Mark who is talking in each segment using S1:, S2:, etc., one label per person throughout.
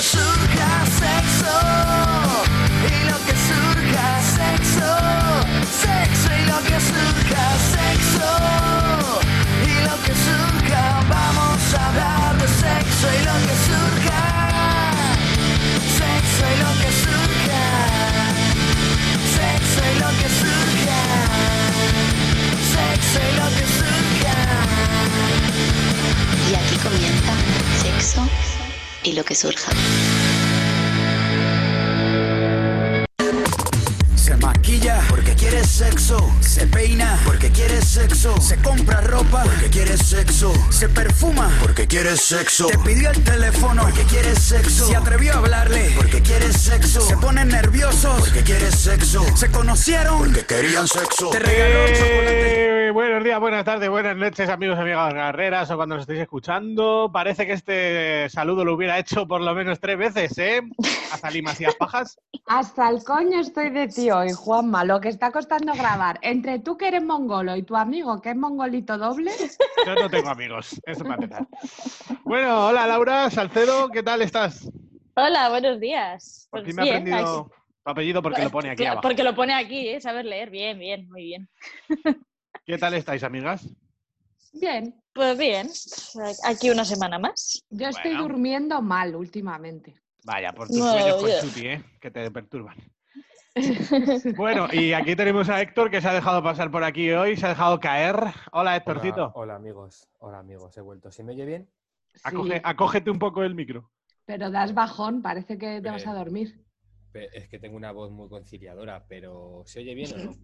S1: surja sexo, y lo que surja sexo, sexo y lo que surja sexo, y lo que surja, vamos a hablar de sexo y lo que surja, sexo y lo que surja, sexo y lo que surja, sexo y lo que surja.
S2: Y aquí comienza sexo y lo que surja.
S3: Se maquilla porque quiere sexo. Se peina porque quiere sexo. Se compra ropa porque quiere sexo. Se perfuma porque quiere sexo. Te pidió el teléfono porque quiere sexo. Se atrevió a hablarle porque quiere sexo. Se ponen nerviosos porque quiere sexo. Se conocieron porque querían sexo. Te regaló un chocolate.
S4: Eh, buenos días, buenas tardes, buenas noches, amigos y amigas carreras o cuando nos estéis escuchando. Parece que este saludo lo hubiera hecho por lo menos tres veces, ¿eh? Hasta limas y a pajas.
S5: Hasta el coño estoy de ti hoy, Juanma, lo que está costando grabar. Entre tú que eres mongolo y tu amigo que es mongolito doble,
S4: Yo no tengo amigos, eso para empezar. Bueno, hola Laura Salcedo, ¿qué tal estás?
S6: Hola, buenos días.
S4: Por
S6: Pues
S4: fin me he
S6: bien, aquí-
S4: aprendido tu apellido porque lo pone aquí
S6: Claro,
S4: abajo.
S6: Porque lo pone aquí, ¿eh? saber leer. Bien, bien, muy bien.
S4: ¿Qué tal estáis, amigas?
S5: bien.
S6: Pues bien, aquí una semana más.
S5: Yo estoy
S4: Bueno.
S5: durmiendo mal últimamente.
S4: Vaya, por tus
S6: No,
S4: sueños con
S6: yo-
S4: Chuti, ¿eh? Que te perturban. bueno, y aquí tenemos a Héctor que se ha dejado pasar por aquí hoy, se ha dejado caer. Hola, Héctorcito.
S7: Hola, hola, amigos, hola amigos, he vuelto. ¿Se me oye bien?
S4: Acoge-
S5: Sí,
S4: acógete un poco el micro.
S5: pero das bajón, parece que te vas a dormir.
S7: Pe- Es que tengo una voz muy conciliadora, pero ¿se oye bien o no?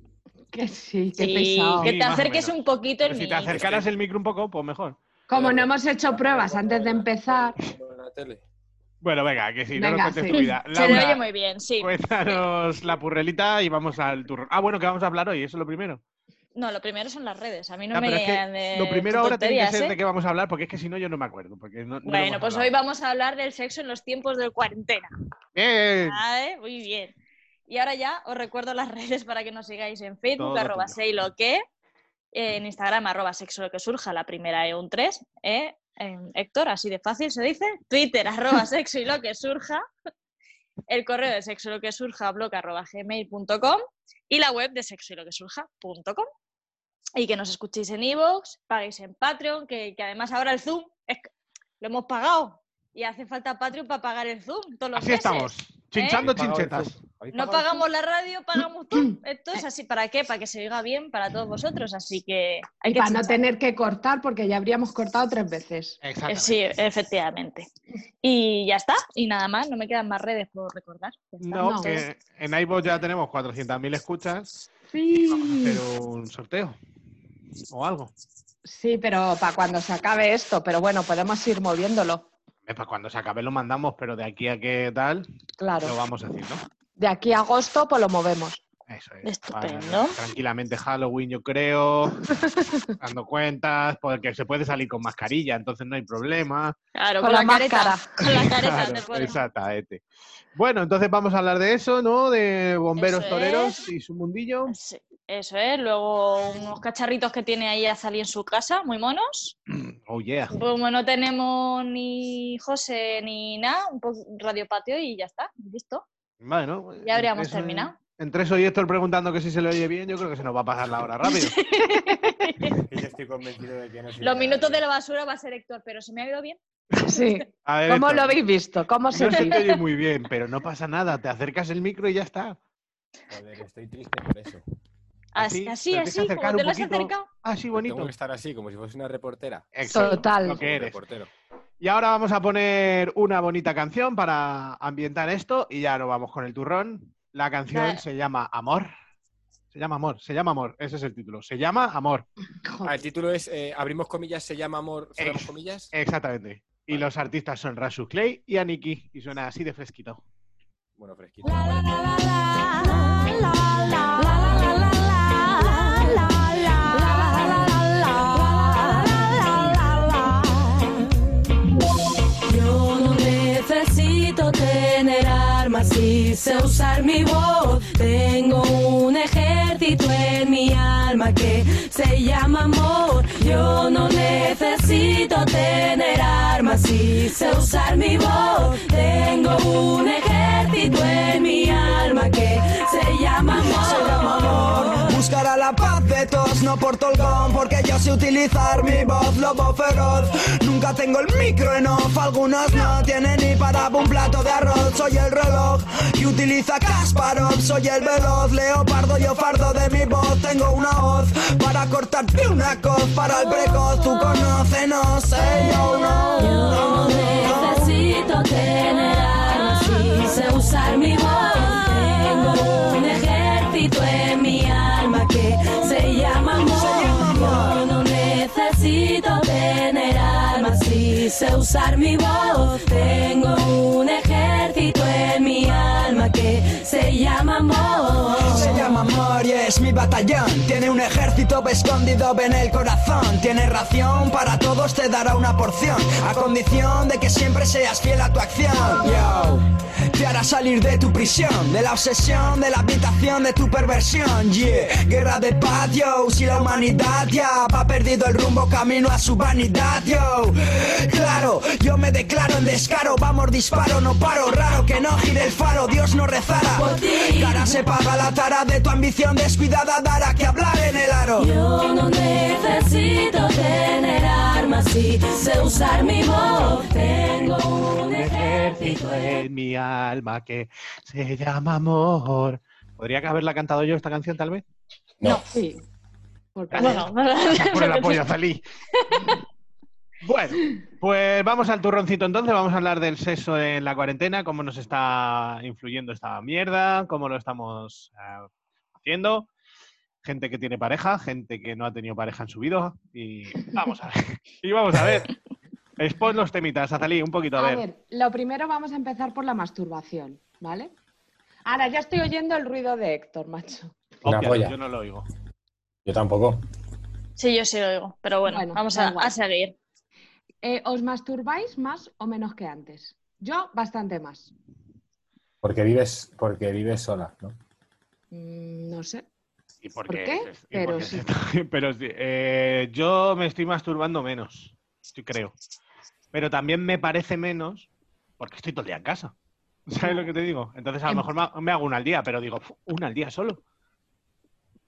S5: Que sí, qué
S6: Sí,
S5: pesado.
S6: que
S4: Sí,
S6: te
S4: más o
S6: acerques
S4: menos.
S6: un poquito
S4: Pero
S6: el
S4: si te
S6: micro.
S4: acercaras el micro un poco, pues mejor.
S5: Como no hemos hecho pruebas antes de empezar,
S7: En la tele.
S4: Bueno, venga, que si no nos
S5: Venga,
S4: cuentes
S5: sí.
S4: tu vida.
S6: Se le oye
S4: Laura, Pues
S6: muy bien, sí.
S4: cuéntanos la purrelita y vamos al turno. Ah, bueno, que vamos a hablar hoy, eso es lo primero.
S6: No, lo primero son las redes. A mí no
S4: Ah,
S6: me
S4: pero es que
S6: llegan de
S4: lo primero ahora tiene que
S6: tonterías,
S4: ser
S6: ¿eh?
S4: de qué vamos a hablar, porque es que si no yo no me acuerdo. Porque no- no lo
S6: Bueno,
S4: hemos
S6: pues
S4: hablado.
S6: hoy vamos a hablar del sexo en los tiempos de cuarentena.
S4: ¡Eh!
S6: ¿Vale? Ah, Muy bien. Y ahora ya os recuerdo las redes para que nos sigáis en Facebook,
S4: Todo
S6: arroba
S4: tuyo.
S6: sei lo que, en Instagram, arroba sexo lo que surja, la primera e un 3, ¿eh? En Héctor, así de fácil se dice, Twitter, arroba sexo y lo que surja, el correo de sexo y lo que surja, blog, arroba gmail.com y la web de sexo y lo que surja.com. Y que nos escuchéis en iVoox, paguéis en Patreon, que, que además ahora el Zoom es que- lo hemos pagado y hace falta Patreon para pagar el Zoom todos los ¿eh?
S4: Así
S6: meses.
S4: estamos, chinchando
S7: ¿Habéis pagado el
S4: chinchetas.
S7: Zoom? ¿Habéis
S6: No
S7: pagado el Zoom?
S6: pagamos la radio, pagamos tú. Esto es así, ¿para qué? Para que se oiga bien para todos vosotros. Así que hay
S5: y
S6: que
S5: para no
S6: chichar.
S5: tener que cortar, porque ya habríamos cortado tres veces.
S6: Eh,
S4: Exactamente.
S6: Sí, efectivamente. Y ya está. Y nada más, no me quedan más redes por recordar. Ya está.
S4: No,
S5: No.
S4: que en iVoox ya tenemos 400.000 escuchas,
S5: Sí,
S4: pero un sorteo o algo.
S5: sí, pero para cuando se acabe esto, pero bueno, podemos ir moviéndolo.
S4: Eh, Para cuando se acabe lo mandamos, pero de aquí a qué tal lo
S5: Claro.
S4: vamos haciendo.
S5: De aquí a agosto, pues lo movemos.
S4: Eso es.
S6: Estupendo.
S4: Para- tranquilamente Halloween, yo creo. dando cuentas, porque se puede salir con mascarilla, entonces no hay problema.
S6: Claro,
S5: Con
S6: con,
S5: la
S6: la, careta.
S5: máscara.
S6: Con la careta.
S4: Claro,
S6: te puedo-
S4: exactamente. Bueno, entonces vamos a hablar de eso, ¿no? De bomberos
S6: Eso
S4: toreros y su mundillo.
S6: Sí, Eso es, luego unos cacharritos que tiene ahí a salir en su casa, muy monos.
S4: Oh, yeah.
S6: Como no tenemos ni José ni nada, un poco radio patio y ya está, listo.
S4: Bueno,
S6: Ya habríamos
S4: entre eso-
S6: terminado.
S4: Entre eso y Héctor preguntando que si se le oye bien, yo creo que se nos va a pasar la hora rápido.
S7: Es que yo estoy convencido de que no se
S6: Los
S7: oye
S6: minutos de
S7: bien.
S6: la basura va a ser Héctor, pero ¿se me ha ido bien?
S5: Sí.
S4: A ver,
S5: ¿Cómo
S4: Héctor,
S5: lo habéis visto? ¿Cómo se
S4: No se te
S5: dice?
S4: oye muy bien, pero no pasa nada. Te acercas el micro y ya está.
S7: Joder, estoy triste por eso.
S4: Así,
S6: Así, así,
S4: te empieza a
S6: así, como
S4: acercar
S6: te
S4: un
S6: lo has
S4: poquito.
S6: acercado.
S4: Así
S7: Tengo
S4: Ah, bonito.
S7: que estar así, como si fuese una reportera.
S4: Exacto,
S5: Total.
S4: Lo
S7: Como
S4: que
S7: un
S4: eres.
S7: reportero.
S4: Y ahora vamos a poner una bonita canción para ambientar esto y ya nos vamos con el turrón. La canción
S6: Vale.
S4: se llama Amor. Se llama Amor, se llama Amor, ese es el título. Se llama Amor,
S7: Ah, el título es eh, Abrimos comillas, se llama amor, cerramos
S4: Ex-
S7: comillas.
S4: exactamente. Y los artistas son Rasu Clay y Aniki, y suena así de fresquito.
S7: Bueno, fresquito.
S8: Yo no necesito tener armas y sé usar mi voz. Tengo un ejército en mi alma que se llama amor. Yo no necesito tener armas y sé usar mi voz. Tengo Tengo un ejército en mi alma que se llama
S1: Se llama amor. Buscará la paz de todos, no por tolgón, porque yo sé utilizar mi voz, lobo feroz. Nunca tengo el micro en off, algunos no tienen ni para un plato de arroz. Soy el reloj que utiliza Kasparov, soy el veloz, leopardo, yo fardo de mi voz. Tengo una voz para cortarte una coz, para el precoz, tú conócenos, sé yo no.
S8: No necesito tener armas y sé usar mi voz. Tengo un ejército en mi alma que se llama amor. Yo no necesito tener armas y sé usar mi voz. Tengo un ejército en mi alma que se llama amor.
S1: Se llama amor y es mi batallón. Tiene un ejército escondido en el corazón. Tiene ración, para todos te dará una porción. A condición de que siempre seas fiel a tu acción. Yo, te hará salir de tu prisión, de la obsesión, de la habitación, de tu perversión. Yeah, guerra de paz, yo. Si la humanidad ya va perdido el rumbo, camino a su vanidad, yo. Claro, yo me declaro en descaro. Vamos, disparo, no paro. Raro que no gire el faro, Dios no rezara. Cara se paga la tara de tu ambición descuidada, dará que hablar en el aro.
S8: Yo no necesito tener armas y sé usar mi voz. Tengo un
S4: Un
S8: ejército
S4: ejército
S8: en
S4: en mi alma que se llama amor. ¿Podría que haberla cantado yo esta canción, tal vez?
S7: No.
S5: Sí. Por favor.
S6: Bueno,
S4: Gracias por el apoyo, Feli. Bueno, pues vamos al turroncito entonces, vamos a hablar del sexo en la cuarentena, cómo nos está influyendo esta mierda, cómo lo estamos eh, haciendo, gente que tiene pareja, gente que no ha tenido pareja en su vida, y vamos a ver, y vamos a ver. Expon los temitas, Azalí, un poquito, a
S5: A
S4: ver.
S5: ver, lo primero vamos a empezar por la masturbación, ¿vale? Ahora ya estoy oyendo el ruido de Héctor, macho.
S7: Una
S4: Obviado,
S7: polla.
S4: yo no lo oigo.
S7: Yo tampoco.
S6: Sí, yo sí lo oigo, pero bueno,
S5: Bueno,
S6: vamos
S5: da
S6: a,
S5: igual.
S6: a seguir.
S5: Eh, ¿Os masturbáis más o menos que antes? Yo bastante más.
S7: Porque vives, porque vives sola, ¿no?
S5: Mm, no sé.
S4: ¿Y por
S5: ¿Por
S4: qué?
S5: qué?
S4: Y por
S5: Pero
S4: qué
S5: sí.
S4: se- pero sí, eh, yo me estoy masturbando menos, yo creo. Pero también me parece menos porque estoy todo el día en casa. ¿Sabes lo que te digo? Entonces
S5: Em-
S4: a lo mejor ma- me hago una al día, pero digo, "Fu, una al día solo.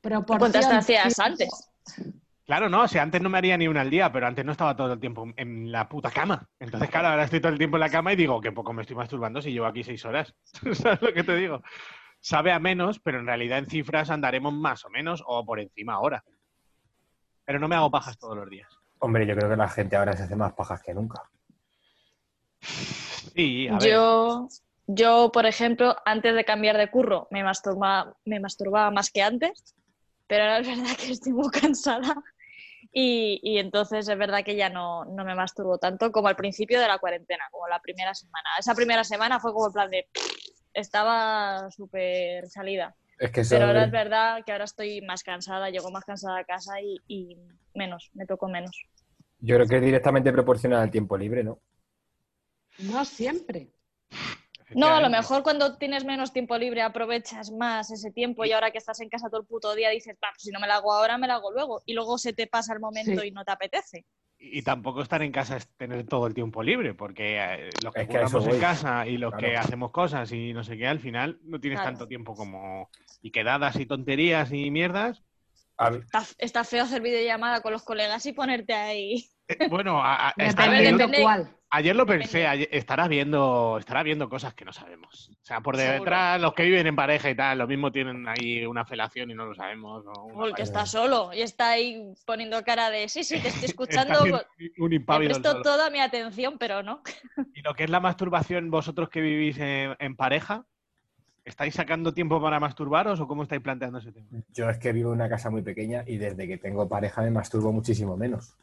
S5: Proporción,
S6: ¿Cuántas te
S5: chicos.
S6: hacías antes?
S4: Claro, no, o sea, antes no me haría ni una al día, pero antes no estaba todo el tiempo en la puta cama. Entonces, claro, ahora estoy todo el tiempo en la cama y digo, qué poco me estoy masturbando si llevo aquí seis horas. ¿Sabes lo que te digo? Sabe a menos, pero en realidad en cifras andaremos más o menos o por encima ahora. Pero no me hago pajas todos los días.
S7: Hombre, yo creo que la gente ahora se hace más pajas que nunca.
S4: Sí, a ver.
S6: Yo, yo, por ejemplo, antes de cambiar de curro me masturbaba, me masturbaba más que antes, pero ahora es verdad que estoy muy cansada y, y entonces es verdad que ya no, no me masturbo tanto como al principio de la cuarentena, como la primera semana. Esa primera semana fue como el plan de... Estaba súper salida.
S7: Es que eso
S6: Pero ahora
S7: es-
S6: es verdad que ahora estoy más cansada, llego más cansada a casa y, y menos, me toco menos.
S7: yo creo que es directamente proporcional al tiempo libre, ¿no?
S5: No siempre.
S6: No, a lo mejor cuando tienes menos tiempo libre aprovechas más ese tiempo y ahora que estás en casa todo el puto día dices, "Bah, pues si no me la hago ahora, me la hago luego. Y luego se te pasa el momento
S5: Sí.
S6: y no te apetece.
S4: Y tampoco estar en casa es tener todo el tiempo libre, porque eh, los que
S7: Es que a eso
S4: curramos en
S7: voy.
S4: casa y los que
S7: Claro.
S4: hacemos cosas y no sé qué, al final no tienes
S6: Claro.
S4: tanto tiempo como... Y quedadas y tonterías y mierdas.
S7: A ver,
S6: Está, está feo hacer videollamada con los colegas y ponerte ahí.
S4: Eh, Bueno, a- a- está-
S5: Depende
S4: ayer,
S5: de
S6: depende.
S5: cuál.
S4: ayer lo pensé,
S6: depende.
S4: ayer- estará, viendo, estará viendo cosas que no sabemos. O sea, por
S6: Seguro.
S4: detrás, los que viven en pareja y tal, lo mismo tienen ahí una felación y no lo sabemos. o una
S6: O el
S4: pareja.
S6: que está solo y está ahí poniendo cara de, sí, sí, te estoy
S4: Está
S6: escuchando,
S4: bien, un
S6: te
S4: impávido. el
S6: presto
S4: solo.
S6: toda mi atención, pero no.
S4: Y lo que es la masturbación, vosotros que vivís en, en pareja, ¿estáis sacando tiempo para masturbaros o cómo estáis planteando ese tema?
S7: yo es que vivo en una casa muy pequeña y desde que tengo pareja me masturbo muchísimo menos.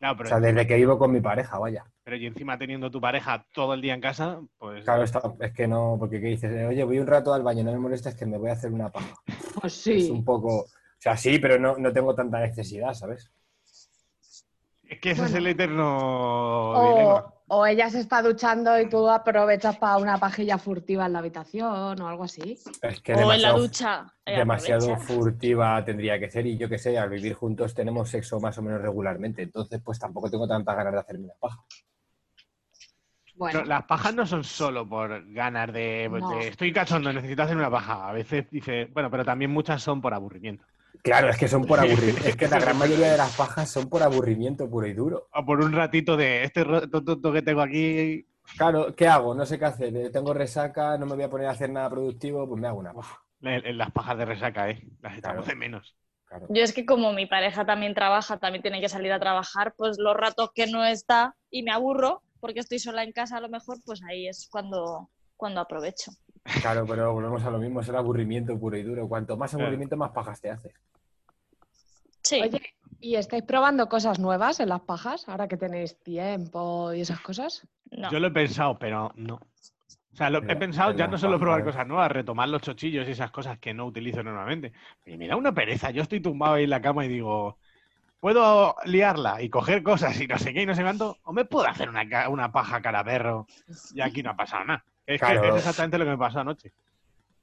S4: Claro,
S7: O
S4: pero,
S7: sea, desde que vivo con mi pareja, vaya.
S4: pero y encima teniendo tu pareja todo el día en casa, pues
S7: Claro, está- es que no, porque ¿qué dices? Eh, Oye, voy un rato al baño, no me molestes que me voy a hacer una paja.
S5: Pues
S7: Es
S5: sí.
S7: un poco... O sea, sí, pero no, no tengo tanta necesidad, ¿sabes?
S4: es que ese es el eterno dilema.
S5: O, o ella se está duchando y tú aprovechas para una pajilla furtiva en la habitación o algo así.
S7: Es que
S6: o en la
S7: demasiado-
S6: ducha. eh,
S7: demasiado
S6: aprovecha.
S7: furtiva tendría que ser y yo que sé, al vivir juntos tenemos sexo más o menos regularmente, entonces pues tampoco tengo tantas ganas de hacerme una paja.
S5: Bueno,
S4: No, las pajas no son solo por ganas de,
S5: No.
S4: de, estoy cachondo, necesito hacer una paja. A veces dice, bueno, pero también muchas son por aburrimiento.
S7: Claro, es que son por aburrimiento. Es que la gran mayoría de las pajas son por aburrimiento puro y duro.
S4: O por un ratito de este ro- tonto que tengo aquí.
S7: Claro, ¿qué hago? No sé qué hacer. Eh, Tengo resaca, no me voy a poner a hacer nada productivo, pues me hago una paja.
S4: En- en Las pajas de resaca, ¿eh? Las echamos
S7: Claro.
S4: de menos.
S7: Claro.
S6: Yo es que como mi pareja también trabaja, también tiene que salir a trabajar, pues los ratos que no está y me aburro porque estoy sola en casa a lo mejor, pues ahí es cuando, cuando aprovecho.
S7: Claro, pero volvemos a lo mismo, es el aburrimiento puro y duro. Cuanto más aburrimiento, más pajas te haces.
S6: Sí,
S5: oye, ¿y estáis probando cosas nuevas en las pajas ahora que tenéis tiempo y esas cosas?
S6: no.
S4: Yo lo he pensado, pero no. O sea, lo he
S7: Pero-
S4: pensado ya
S7: pero
S4: no solo
S7: las
S4: probar
S7: pajas-
S4: cosas nuevas, retomar los chochillos y esas cosas que no utilizo normalmente. Y me da una pereza. Yo estoy tumbado ahí en la cama y digo, puedo liarla y coger cosas y no sé qué y no sé cuánto, o me puedo hacer una, ca- una paja cara a perro y aquí no ha pasado nada. Es
S7: Claro.
S4: que es exactamente lo que me pasó anoche.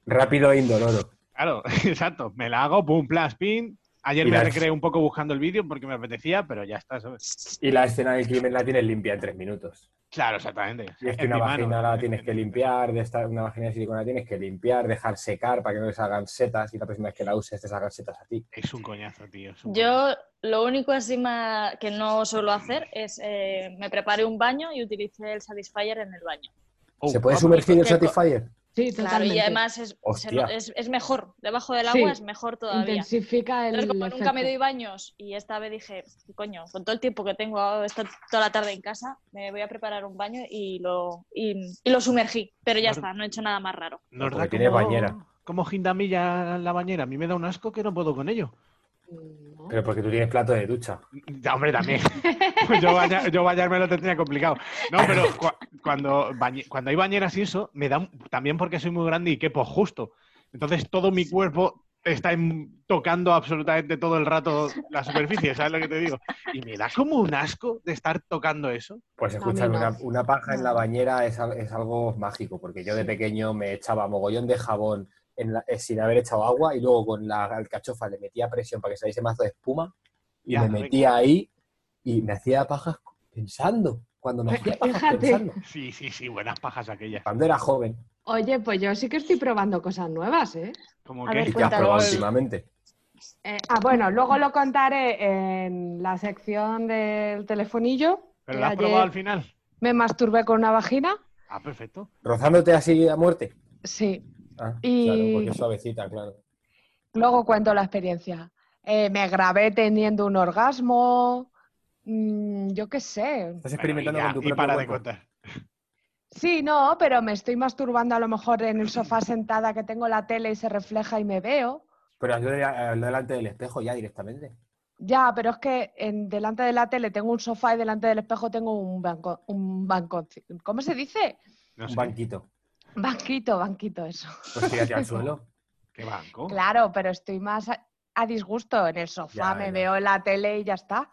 S7: Rápido e indoloro.
S4: Claro, exacto. Me la hago, pum, plas, pin. Ayer
S7: Y
S4: me
S7: las-
S4: recreé un poco buscando el vídeo porque me apetecía, pero ya está, ¿sabes?
S7: Y la escena del crimen la tienes limpia en tres minutos.
S4: Claro, exactamente.
S7: Y es que una
S4: Encima,
S7: vagina
S4: ¿no?
S7: la tienes que limpiar, de esta, una vagina de silicona la tienes que limpiar, dejar secar para que no les hagan setas y la persona que la uses te salgan setas a ti.
S4: Es un coñazo, tío. es un coñazo.
S6: Yo lo único así ma- que no suelo hacer es eh, me preparé un baño y utilicé el Satisfyer en el baño.
S4: Oh,
S7: ¿Se puede
S6: vamos,
S7: sumergir el
S6: porque co-
S7: Satisfyer?
S5: Sí,
S6: Claro, y además es, se no-
S7: Hostia.
S6: es, es mejor, debajo del
S5: Sí.
S6: agua es mejor todavía.
S5: intensifica el
S6: Entonces, como nunca me
S5: efecto.
S6: doy baños y esta vez dije, coño, con todo el tiempo que tengo esta, toda la tarde en casa, me voy a preparar un baño y lo, y, y lo sumergí. Pero ya
S4: Claro.
S6: está, no he hecho nada más raro.
S4: Nos
S7: Porque
S4: da
S7: tiene
S4: como,
S7: bañera.
S4: Como gindamilla la bañera. A mí me da un asco que no puedo con ello.
S5: Mm, No.
S7: Pero porque tú tienes plato de ducha.
S4: Ya, hombre, también. Pues yo, baña- yo bañarme lo tendría complicado. No, pero cua- cuando, bañe- cuando hay bañeras y eso, me da un- también porque soy muy grande y quepo justo. Entonces todo mi cuerpo está en- tocando absolutamente todo el rato la superficie, ¿sabes lo que te digo? Y me da como un asco de estar tocando eso.
S7: Pues
S5: mí no.
S7: escúchame, una, una paja en la bañera es, al- es algo mágico, porque yo de pequeño me echaba mogollón de jabón en la- eh, sin haber echado agua y luego con la alcachofa le metía presión para que saliese mazo de espuma y
S4: Ya,
S7: me
S4: venga.
S7: metía ahí y me hacía pajas pensando, cuando me hacía pajas
S5: Fíjate.
S7: pensando,
S4: Sí, sí, sí, buenas pajas aquellas.
S7: cuando era joven.
S5: Oye, pues yo sí que estoy probando cosas nuevas, ¿eh?
S4: Como
S6: A
S4: que...
S6: ver,
S7: ¿Y qué has
S6: Cuéntanos.
S7: probado últimamente?
S5: Eh, ah, bueno, luego lo contaré en la sección del telefonillo.
S4: ¿Pero
S5: que
S4: lo has
S5: ayer
S4: probado al final?
S5: Me masturbé con una vagina.
S4: Ah, perfecto.
S7: ¿Rozándote así a muerte?
S5: Sí.
S7: Ah,
S5: Y-
S7: claro, porque es suavecita, claro.
S5: Luego cuento la experiencia. Eh, me grabé teniendo un orgasmo. mm, yo qué sé.
S7: Estás
S4: Bueno, y
S7: experimentando
S4: ya,
S7: con tu
S4: y
S7: propio
S4: para de
S7: cuerpo.
S4: contar.
S5: Sí, no, pero me estoy masturbando a lo mejor en el sofá sentada que tengo la tele y se refleja y me veo.
S7: Pero hazlo de- hazlo delante del espejo ya directamente.
S5: Ya, pero es que en, delante de la tele tengo un sofá y delante del espejo tengo un banco, un banco, ¿cómo se dice?
S4: No
S7: Un
S4: sé,
S7: banquito.
S5: Banquito, banquito, eso.
S7: Pues tírate al suelo.
S4: ¿qué banco?
S5: Claro, pero estoy más a, a disgusto en el sofá,
S7: Ya,
S5: me
S7: ya.
S5: veo en la tele y ya está.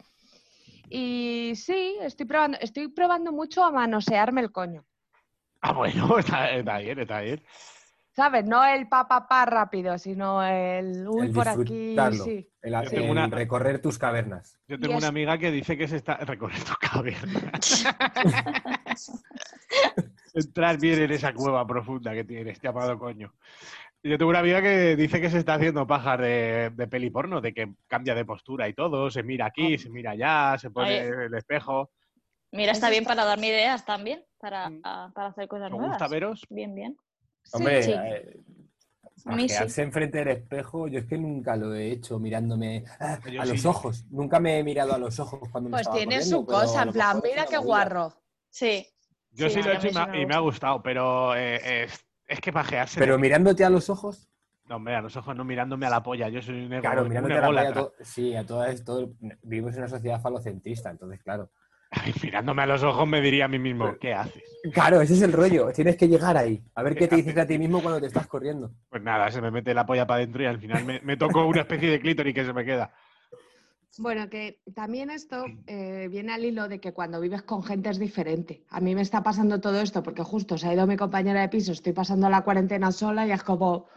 S5: Y sí, estoy probando, estoy probando mucho a manosearme el coño.
S4: Ah, bueno, está, está bien, está bien.
S5: ¿Sabes? No el pa pa pa rápido, sino el uy
S7: El
S5: por aquí.
S7: disfrutarlo.
S5: Sí.
S7: El,
S4: Yo
S5: tengo
S7: el
S4: una-
S7: recorrer tus cavernas.
S4: Yo
S5: Y
S4: tengo
S5: es-
S4: una amiga que dice que se está recorriendo caverna. Entrar bien en esa cueva profunda que tienes, llamado coño. Yo tengo una amiga que dice que se está haciendo pajas de, de peli porno, de que cambia de postura y todo, se mira aquí,
S6: Oh.
S4: se mira allá, se pone
S6: Oye.
S4: el espejo.
S6: Mira, está
S5: Eso
S6: bien
S5: está-
S6: para darme ideas también, para,
S4: Mm.
S6: a- para hacer cosas
S4: ¿Te gusta
S6: nuevas.
S4: veros?
S6: Bien, bien.
S5: Sí,
S7: Hombre,
S6: sí.
S7: eh,
S6: A mí sí.
S7: pajearse enfrente del espejo, yo es que nunca lo he hecho mirándome ah,
S4: Yo
S7: a
S4: sí.
S7: los ojos. Nunca me he mirado a los ojos cuando me
S5: Pues
S7: estaba
S5: tiene
S7: corriendo,
S5: su
S7: pero
S5: cosa,
S7: a
S5: en
S7: lo
S5: plan,
S7: mejor es
S5: mira
S7: una
S5: qué
S7: movida.
S5: guarro.
S6: Sí,
S4: Yo sí,
S6: Sí,
S4: lo he
S6: a
S4: hecho
S6: mí
S4: y
S6: sí
S4: me, y
S6: me
S4: me
S6: gusta.
S4: ha gustado, pero eh, es, es que pajearse.
S7: Pero mirándote a los ojos,
S4: No, hombre, a los ojos no mirándome a la polla, yo soy un ego,
S7: claro,
S4: un
S7: mirándote a la playa,
S4: ególatra.
S7: todo- sí, a todas esto vivimos en una sociedad falocentrista, entonces claro.
S4: Ay, mirándome a los ojos me diría a mí mismo, ¿qué haces?
S7: Claro, ese es el rollo, tienes que llegar ahí, a ver qué te
S4: Fíjate.
S7: dices a ti mismo cuando te estás corriendo.
S4: Pues nada, se me mete la polla para adentro y al final me, me tocó una especie de clítoris que se me queda.
S5: Bueno, que también esto eh, viene al hilo de que cuando vives con gente es diferente. A mí me está pasando todo esto porque justo se ha ido mi compañera de piso, estoy pasando la cuarentena sola y es como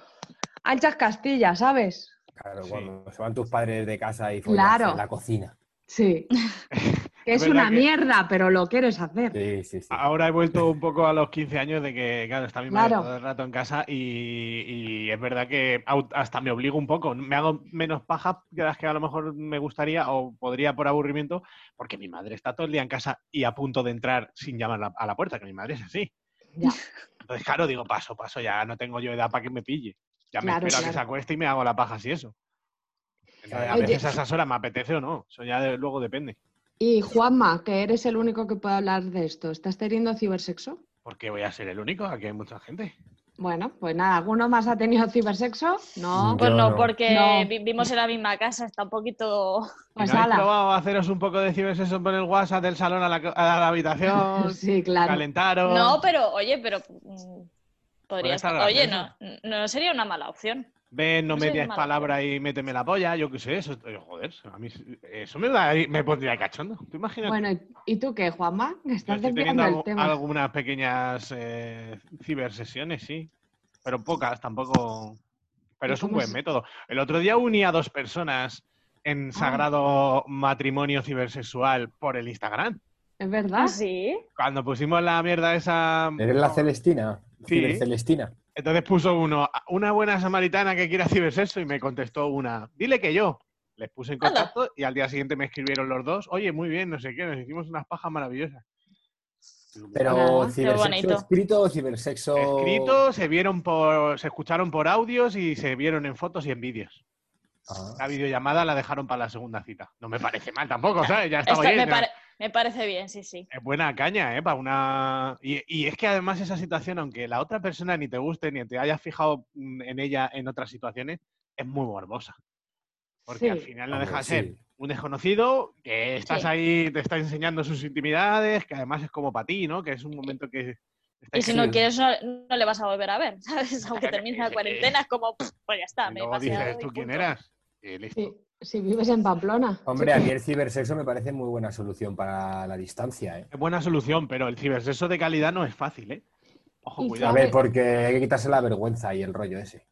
S5: anchas Castilla, ¿sabes?
S7: Claro,
S4: Sí.
S7: cuando se van tus padres de casa y follas
S5: Claro.
S7: en la cocina.
S5: Sí. Que es
S4: verdad
S5: una
S4: que-
S5: mierda, pero lo quieres hacer.
S7: Sí, sí, sí.
S4: Ahora he vuelto un poco a los 15 años de que, claro, está mi madre
S5: Claro.
S4: todo el rato en casa y, y es verdad que au- hasta me obligo un poco. Me hago menos paja que las que a lo mejor me gustaría o podría por aburrimiento, porque mi madre está todo el día en casa y a punto de entrar sin llamar la- a la puerta, que mi madre es así.
S5: Ya.
S4: Entonces, claro, digo, paso, paso, ya no tengo yo edad para que me pille. Ya me
S5: Claro,
S4: espero a que
S5: claro.
S4: se acueste y me hago la paja si eso. Entonces, a
S5: Oye.
S4: veces a esas horas me apetece o no. Eso ya de- luego depende.
S5: Y Juanma, que eres el único que puede hablar de esto, ¿estás teniendo cibersexo?
S4: Porque voy a ser el único, aquí hay mucha gente.
S5: Bueno, pues nada, ¿alguno más ha tenido cibersexo? No,
S6: Pues
S7: Yo
S6: no,
S7: no.
S6: porque
S5: No.
S6: vi- vivimos en la misma casa, está un poquito.
S4: ¿Y
S5: pues
S4: ¿No habéis
S5: ala.
S4: probado a haceros un poco de cibersexo por el WhatsApp del salón a la, a la habitación?
S5: Sí, claro.
S4: Calentaron.
S6: No, pero, oye, pero. mm, Podría
S4: Puede estar
S6: estar. Oye, no,
S4: gracioso.
S6: no sería una mala opción.
S4: Ven, no
S6: no
S4: me
S6: soy
S4: digas
S6: mala
S4: palabra y méteme la polla, yo qué sé, eso. eh, Joder, a mí eso me, da, me pondría cachondo. ¿Tú imaginas?
S5: Bueno, ¿y tú qué, Juanma?
S4: Yo
S5: Estás
S4: estoy teniendo
S5: desviando el
S4: algu-
S5: tema.
S4: algunas pequeñas eh, cibersesiones, sí. Pero pocas, tampoco. Pero
S5: ¿Y
S4: es un
S5: cómo
S4: buen
S5: es? Ah.
S4: método. El otro día uní a dos personas en sagrado matrimonio cibersexual por el Instagram.
S5: ¿Es verdad?
S6: Ah, sí?
S4: Cuando pusimos la mierda esa.
S7: ¿Eres la Celestina?
S4: ah. Sí.
S7: Ciber Celestina.
S4: Entonces puso uno, una buena samaritana que quiera cibersexo, y me contestó una, dile que yo. Les puse en
S6: Hala.
S4: contacto y al día siguiente me escribieron los dos, oye, muy bien, no sé qué, nos hicimos unas pajas maravillosas.
S7: Pero
S5: Nada,
S7: cibersexo
S6: bonito.
S7: escrito o cibersexo.
S4: Escrito, se vieron por, se escucharon por audios y se vieron en fotos y en vídeos.
S7: Ah.
S4: La videollamada la dejaron para la segunda cita. No me parece mal tampoco, ¿sabes? Ya está
S6: Esto
S4: bien.
S6: me,
S4: ya.
S6: pare- me parece bien, sí, sí.
S4: Es buena caña, ¿eh? Para una... Y, y es que además esa situación, aunque la otra persona ni te guste, ni te hayas fijado mm, en ella en otras situaciones, es muy morbosa. Porque
S5: Sí.
S4: al final no
S7: Hombre,
S4: deja de
S7: sí.
S4: ser un desconocido que estás
S6: Sí.
S4: ahí, te está enseñando sus intimidades, que además es como para ti, ¿no? Que es un momento que... está
S6: Y si no
S4: excluido.
S6: quieres, no, no le vas a volver a ver, ¿sabes? Aunque termine la
S4: Sí.
S6: cuarentena, es como, "Pff, pues ya
S4: Y
S6: está. me he
S4: luego
S6: paseado
S4: dices,
S6: y
S4: ¿tú quién
S6: punto".
S4: eras? Y listo.
S5: Sí, si vives en Pamplona.
S7: Hombre, a mí el cibersexo me parece muy buena solución para la distancia, ¿eh?
S4: Es buena solución, pero el cibersexo de calidad no es fácil, ¿eh? Ojo,
S5: Y
S4: cuidado.
S7: A
S5: Hombre.
S7: ver, porque hay que quitarse la vergüenza y el rollo ese.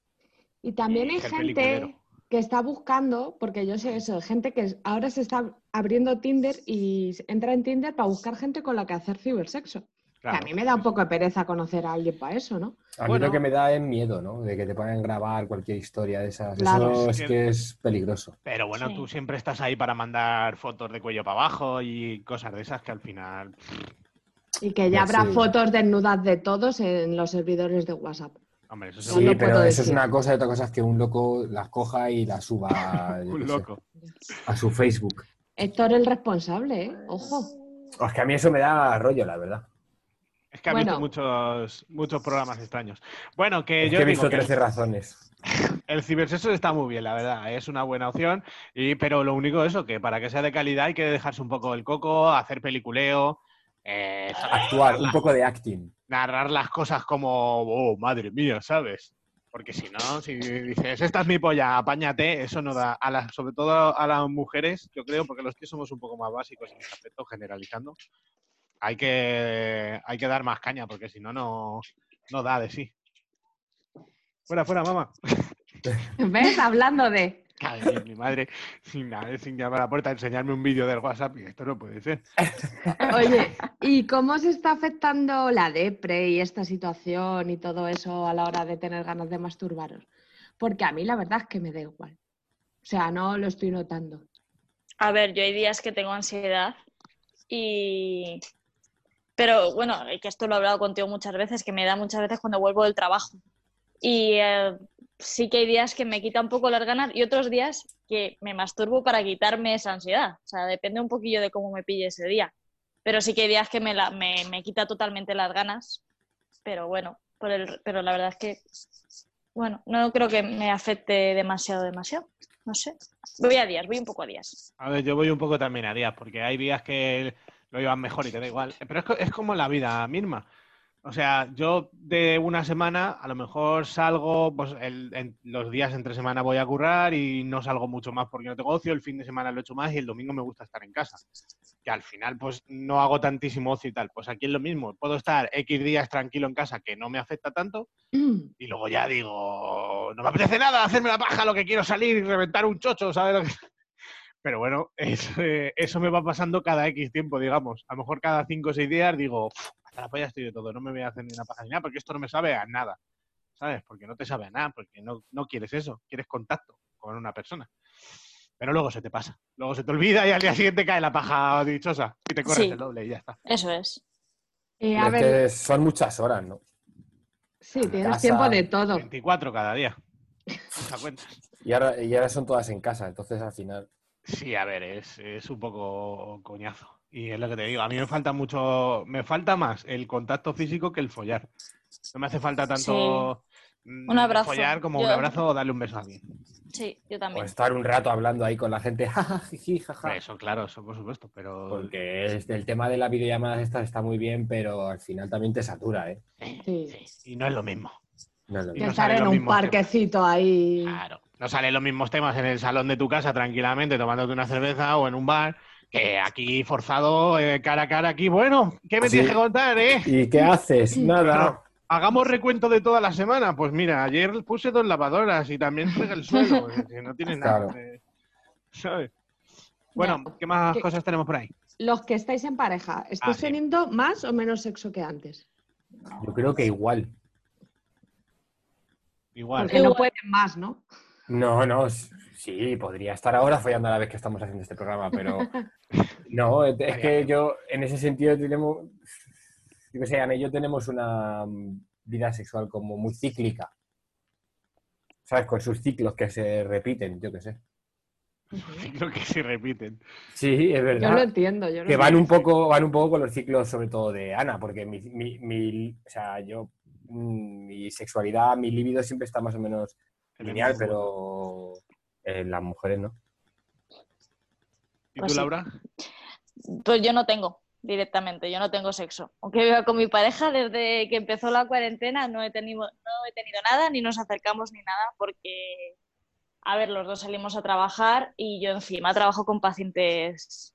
S5: Y también
S4: Y
S5: hay
S4: ser
S5: gente
S4: peliculero.
S5: que está buscando, porque yo sé eso, gente que ahora se está abriendo Tinder y entra en Tinder para buscar gente con la que hacer cibersexo. Que
S4: Claro.
S5: a mí me da un poco de pereza conocer a alguien para eso, ¿no?
S7: A mí
S4: Bueno.
S7: lo que me da es miedo, ¿no? De que te pongan a grabar cualquier historia de esas.
S5: Claro.
S7: Eso
S4: Es
S7: es
S4: que-
S7: que es peligroso.
S4: Pero bueno,
S6: Sí.
S4: tú siempre estás ahí para mandar fotos de cuello para abajo y cosas de esas que al final.
S5: Y que ya
S7: Pues
S5: habrá
S7: sí.
S5: fotos desnudas de todos en los servidores de WhatsApp.
S4: Hombre, eso
S5: No
S7: Sí,
S5: lo
S4: seguro
S7: pero
S5: puedo
S7: eso es
S5: decir.
S7: una cosa y otra cosa es que un loco las coja y las suba yo
S4: un
S7: qué sé,
S4: loco.
S7: a su Facebook.
S5: Héctor el responsable, ¿eh? Ojo.
S7: Es que a mí eso me da rollo, la verdad.
S4: Es que ha visto
S5: Bueno.
S4: muchos, muchos programas extraños. Bueno, que
S7: Es
S4: Eh, yo
S7: que he
S4: digo
S7: visto
S4: que
S7: 13 razones.
S4: el cibersexo está muy bien, la verdad. Es una buena opción. Y, pero lo único eso, que para que sea de calidad hay que dejarse un poco el coco, hacer peliculeo, eh,
S7: Actuar, un poco de acting.
S4: narrar las cosas como, oh, madre mía, ¿sabes? Porque si no, si dices, esta es mi polla, apáñate, eso no da, a las, sobre todo a las mujeres, yo creo, porque los que somos un poco más básicos en este aspecto, generalizando, hay que, hay que dar más caña, porque si no, no, no da de sí. Fuera, fuera, mamá.
S5: ¿Ves? Hablando de...
S4: Cago en Mi madre, sin, nada, sin llamar a la puerta, enseñarme un vídeo del WhatsApp, y esto no puede ser.
S5: Oye, ¿y cómo se está afectando la depre y esta situación y todo eso a la hora de tener ganas de masturbaros? Porque a mí la verdad es que me da igual. O sea, no lo estoy notando.
S6: A ver, yo hay días que tengo ansiedad y... Pero bueno, eh, que esto lo he hablado contigo muchas veces, que me da muchas veces cuando vuelvo del trabajo. Y eh, sí que hay días que me quita un poco las ganas y otros días que me masturbo para quitarme esa ansiedad. O sea, depende un poquillo de cómo me pille ese día. Pero sí que hay días que me, la- me, me quita totalmente las ganas. Pero bueno, por el, pero la verdad es que, bueno, no creo que me afecte demasiado, demasiado. No sé. Voy a días, voy un poco a días.
S4: A ver, yo voy un poco también a días, porque hay días que lo llevan mejor y te da igual. Pero es, co- es como la vida misma. O sea, yo de una semana a lo mejor salgo, pues el- en- los días entre semana voy a currar y no salgo mucho más porque no tengo ocio, el fin de semana lo echo más y el domingo me gusta estar en casa. Que al final pues no hago tantísimo ocio y tal. Pues aquí es lo mismo, puedo estar X días tranquilo en casa que no me afecta tanto
S5: Eh,
S4: y luego ya digo, no me apetece nada hacerme la paja, lo que quiero es salir y reventar un chocho, ¿sabes? lo que- Pero bueno, es, eh, eso me va pasando cada X tiempo, digamos. A lo mejor cada 5 o 6 días digo, "Pf, hasta la polla estoy de todo, no me voy a hacer ni una paja ni nada, porque esto no me sabe a nada. ¿Sabes? Porque no te sabe a nada, porque no, no quieres eso, quieres contacto con una persona. Pero luego se te pasa, luego se te olvida y al día siguiente cae la paja dichosa y te corres
S6: Sí.
S4: el doble y ya está.
S6: Eso es.
S5: Eh,
S7: Pero
S5: a
S7: es
S5: ver,
S7: que son muchas horas, ¿no?
S5: sí, tienes
S7: casa-
S5: tiempo de todo.
S4: 24 cada día. Esa cuenta.
S7: Y ahora, y ahora son todas en casa, entonces al final.
S4: Sí, a ver, es, es un poco coñazo. Y es lo que te digo, a mí me falta mucho, me falta más el contacto físico que el follar. No me hace falta tanto mm,
S6: Un abrazo.
S4: follar como un
S6: Yo-
S4: abrazo o darle un beso a alguien.
S6: Sí, yo
S7: O
S6: también.
S7: estar un rato hablando ahí con la gente, jaja, jiji, jaja.
S4: Eso, claro, eso por supuesto, pero
S7: Porque es- el tema de las videollamadas estas está muy bien, pero al final también te satura, ¿eh?
S5: Sí.
S4: y no es lo mismo.
S7: No es lo
S5: Que
S4: Y no
S7: mismo. Ah.
S5: estar
S4: salen
S5: en
S4: los
S5: un
S4: mismos
S5: parquecito ahí.
S4: Claro. No salen los mismos temas en el salón de tu casa tranquilamente tomándote una cerveza o en un bar que aquí forzado eh, cara a cara aquí. Bueno, ¿qué me
S7: Sí.
S4: tienes que contar, eh?
S7: ¿Y qué haces? Nada.
S4: Hagamos recuento de toda la semana. Pues mira, ayer puse dos lavadoras y también fregué el suelo. Es decir, no tiene nada.
S7: Claro.
S4: eh, ¿Sabes? Bueno, ¿qué más
S5: ¿Qué-
S4: cosas tenemos por ahí?
S5: Los que estáis en pareja, ¿estáis
S4: Ah, sí.
S5: teniendo más o menos sexo que antes?
S7: Yo creo que igual.
S4: Igual.
S5: Porque no pueden más, ¿no?
S7: No, no, s- sí, podría estar ahora follando a la vez que estamos haciendo este programa, pero no, es es que yo en ese sentido tenemos, yo qué sé, Ana y yo tenemos una mm, vida sexual como muy cíclica, ¿sabes? Con sus ciclos que se repiten, yo qué sé.
S4: Creo que se repiten.
S7: Sí, es
S5: Yo lo
S7: verdad.
S5: entiendo. Yo lo
S7: Que van
S5: entiendo.
S7: un poco, van un poco con los ciclos, sobre todo de Ana, porque mi, mi, mi- o sea, yo, mm, mi sexualidad, mi libido siempre está más o menos lineal, pero en las mujeres no.
S4: ¿Y
S6: Pues
S4: tú,
S6: sí.
S4: Laura?
S6: Pues yo no tengo directamente, yo no tengo sexo. Aunque viva con mi pareja, desde que empezó la cuarentena no he tenido, no he tenido nada, ni nos acercamos ni nada, porque, a ver, los dos salimos a trabajar y yo encima trabajo con pacientes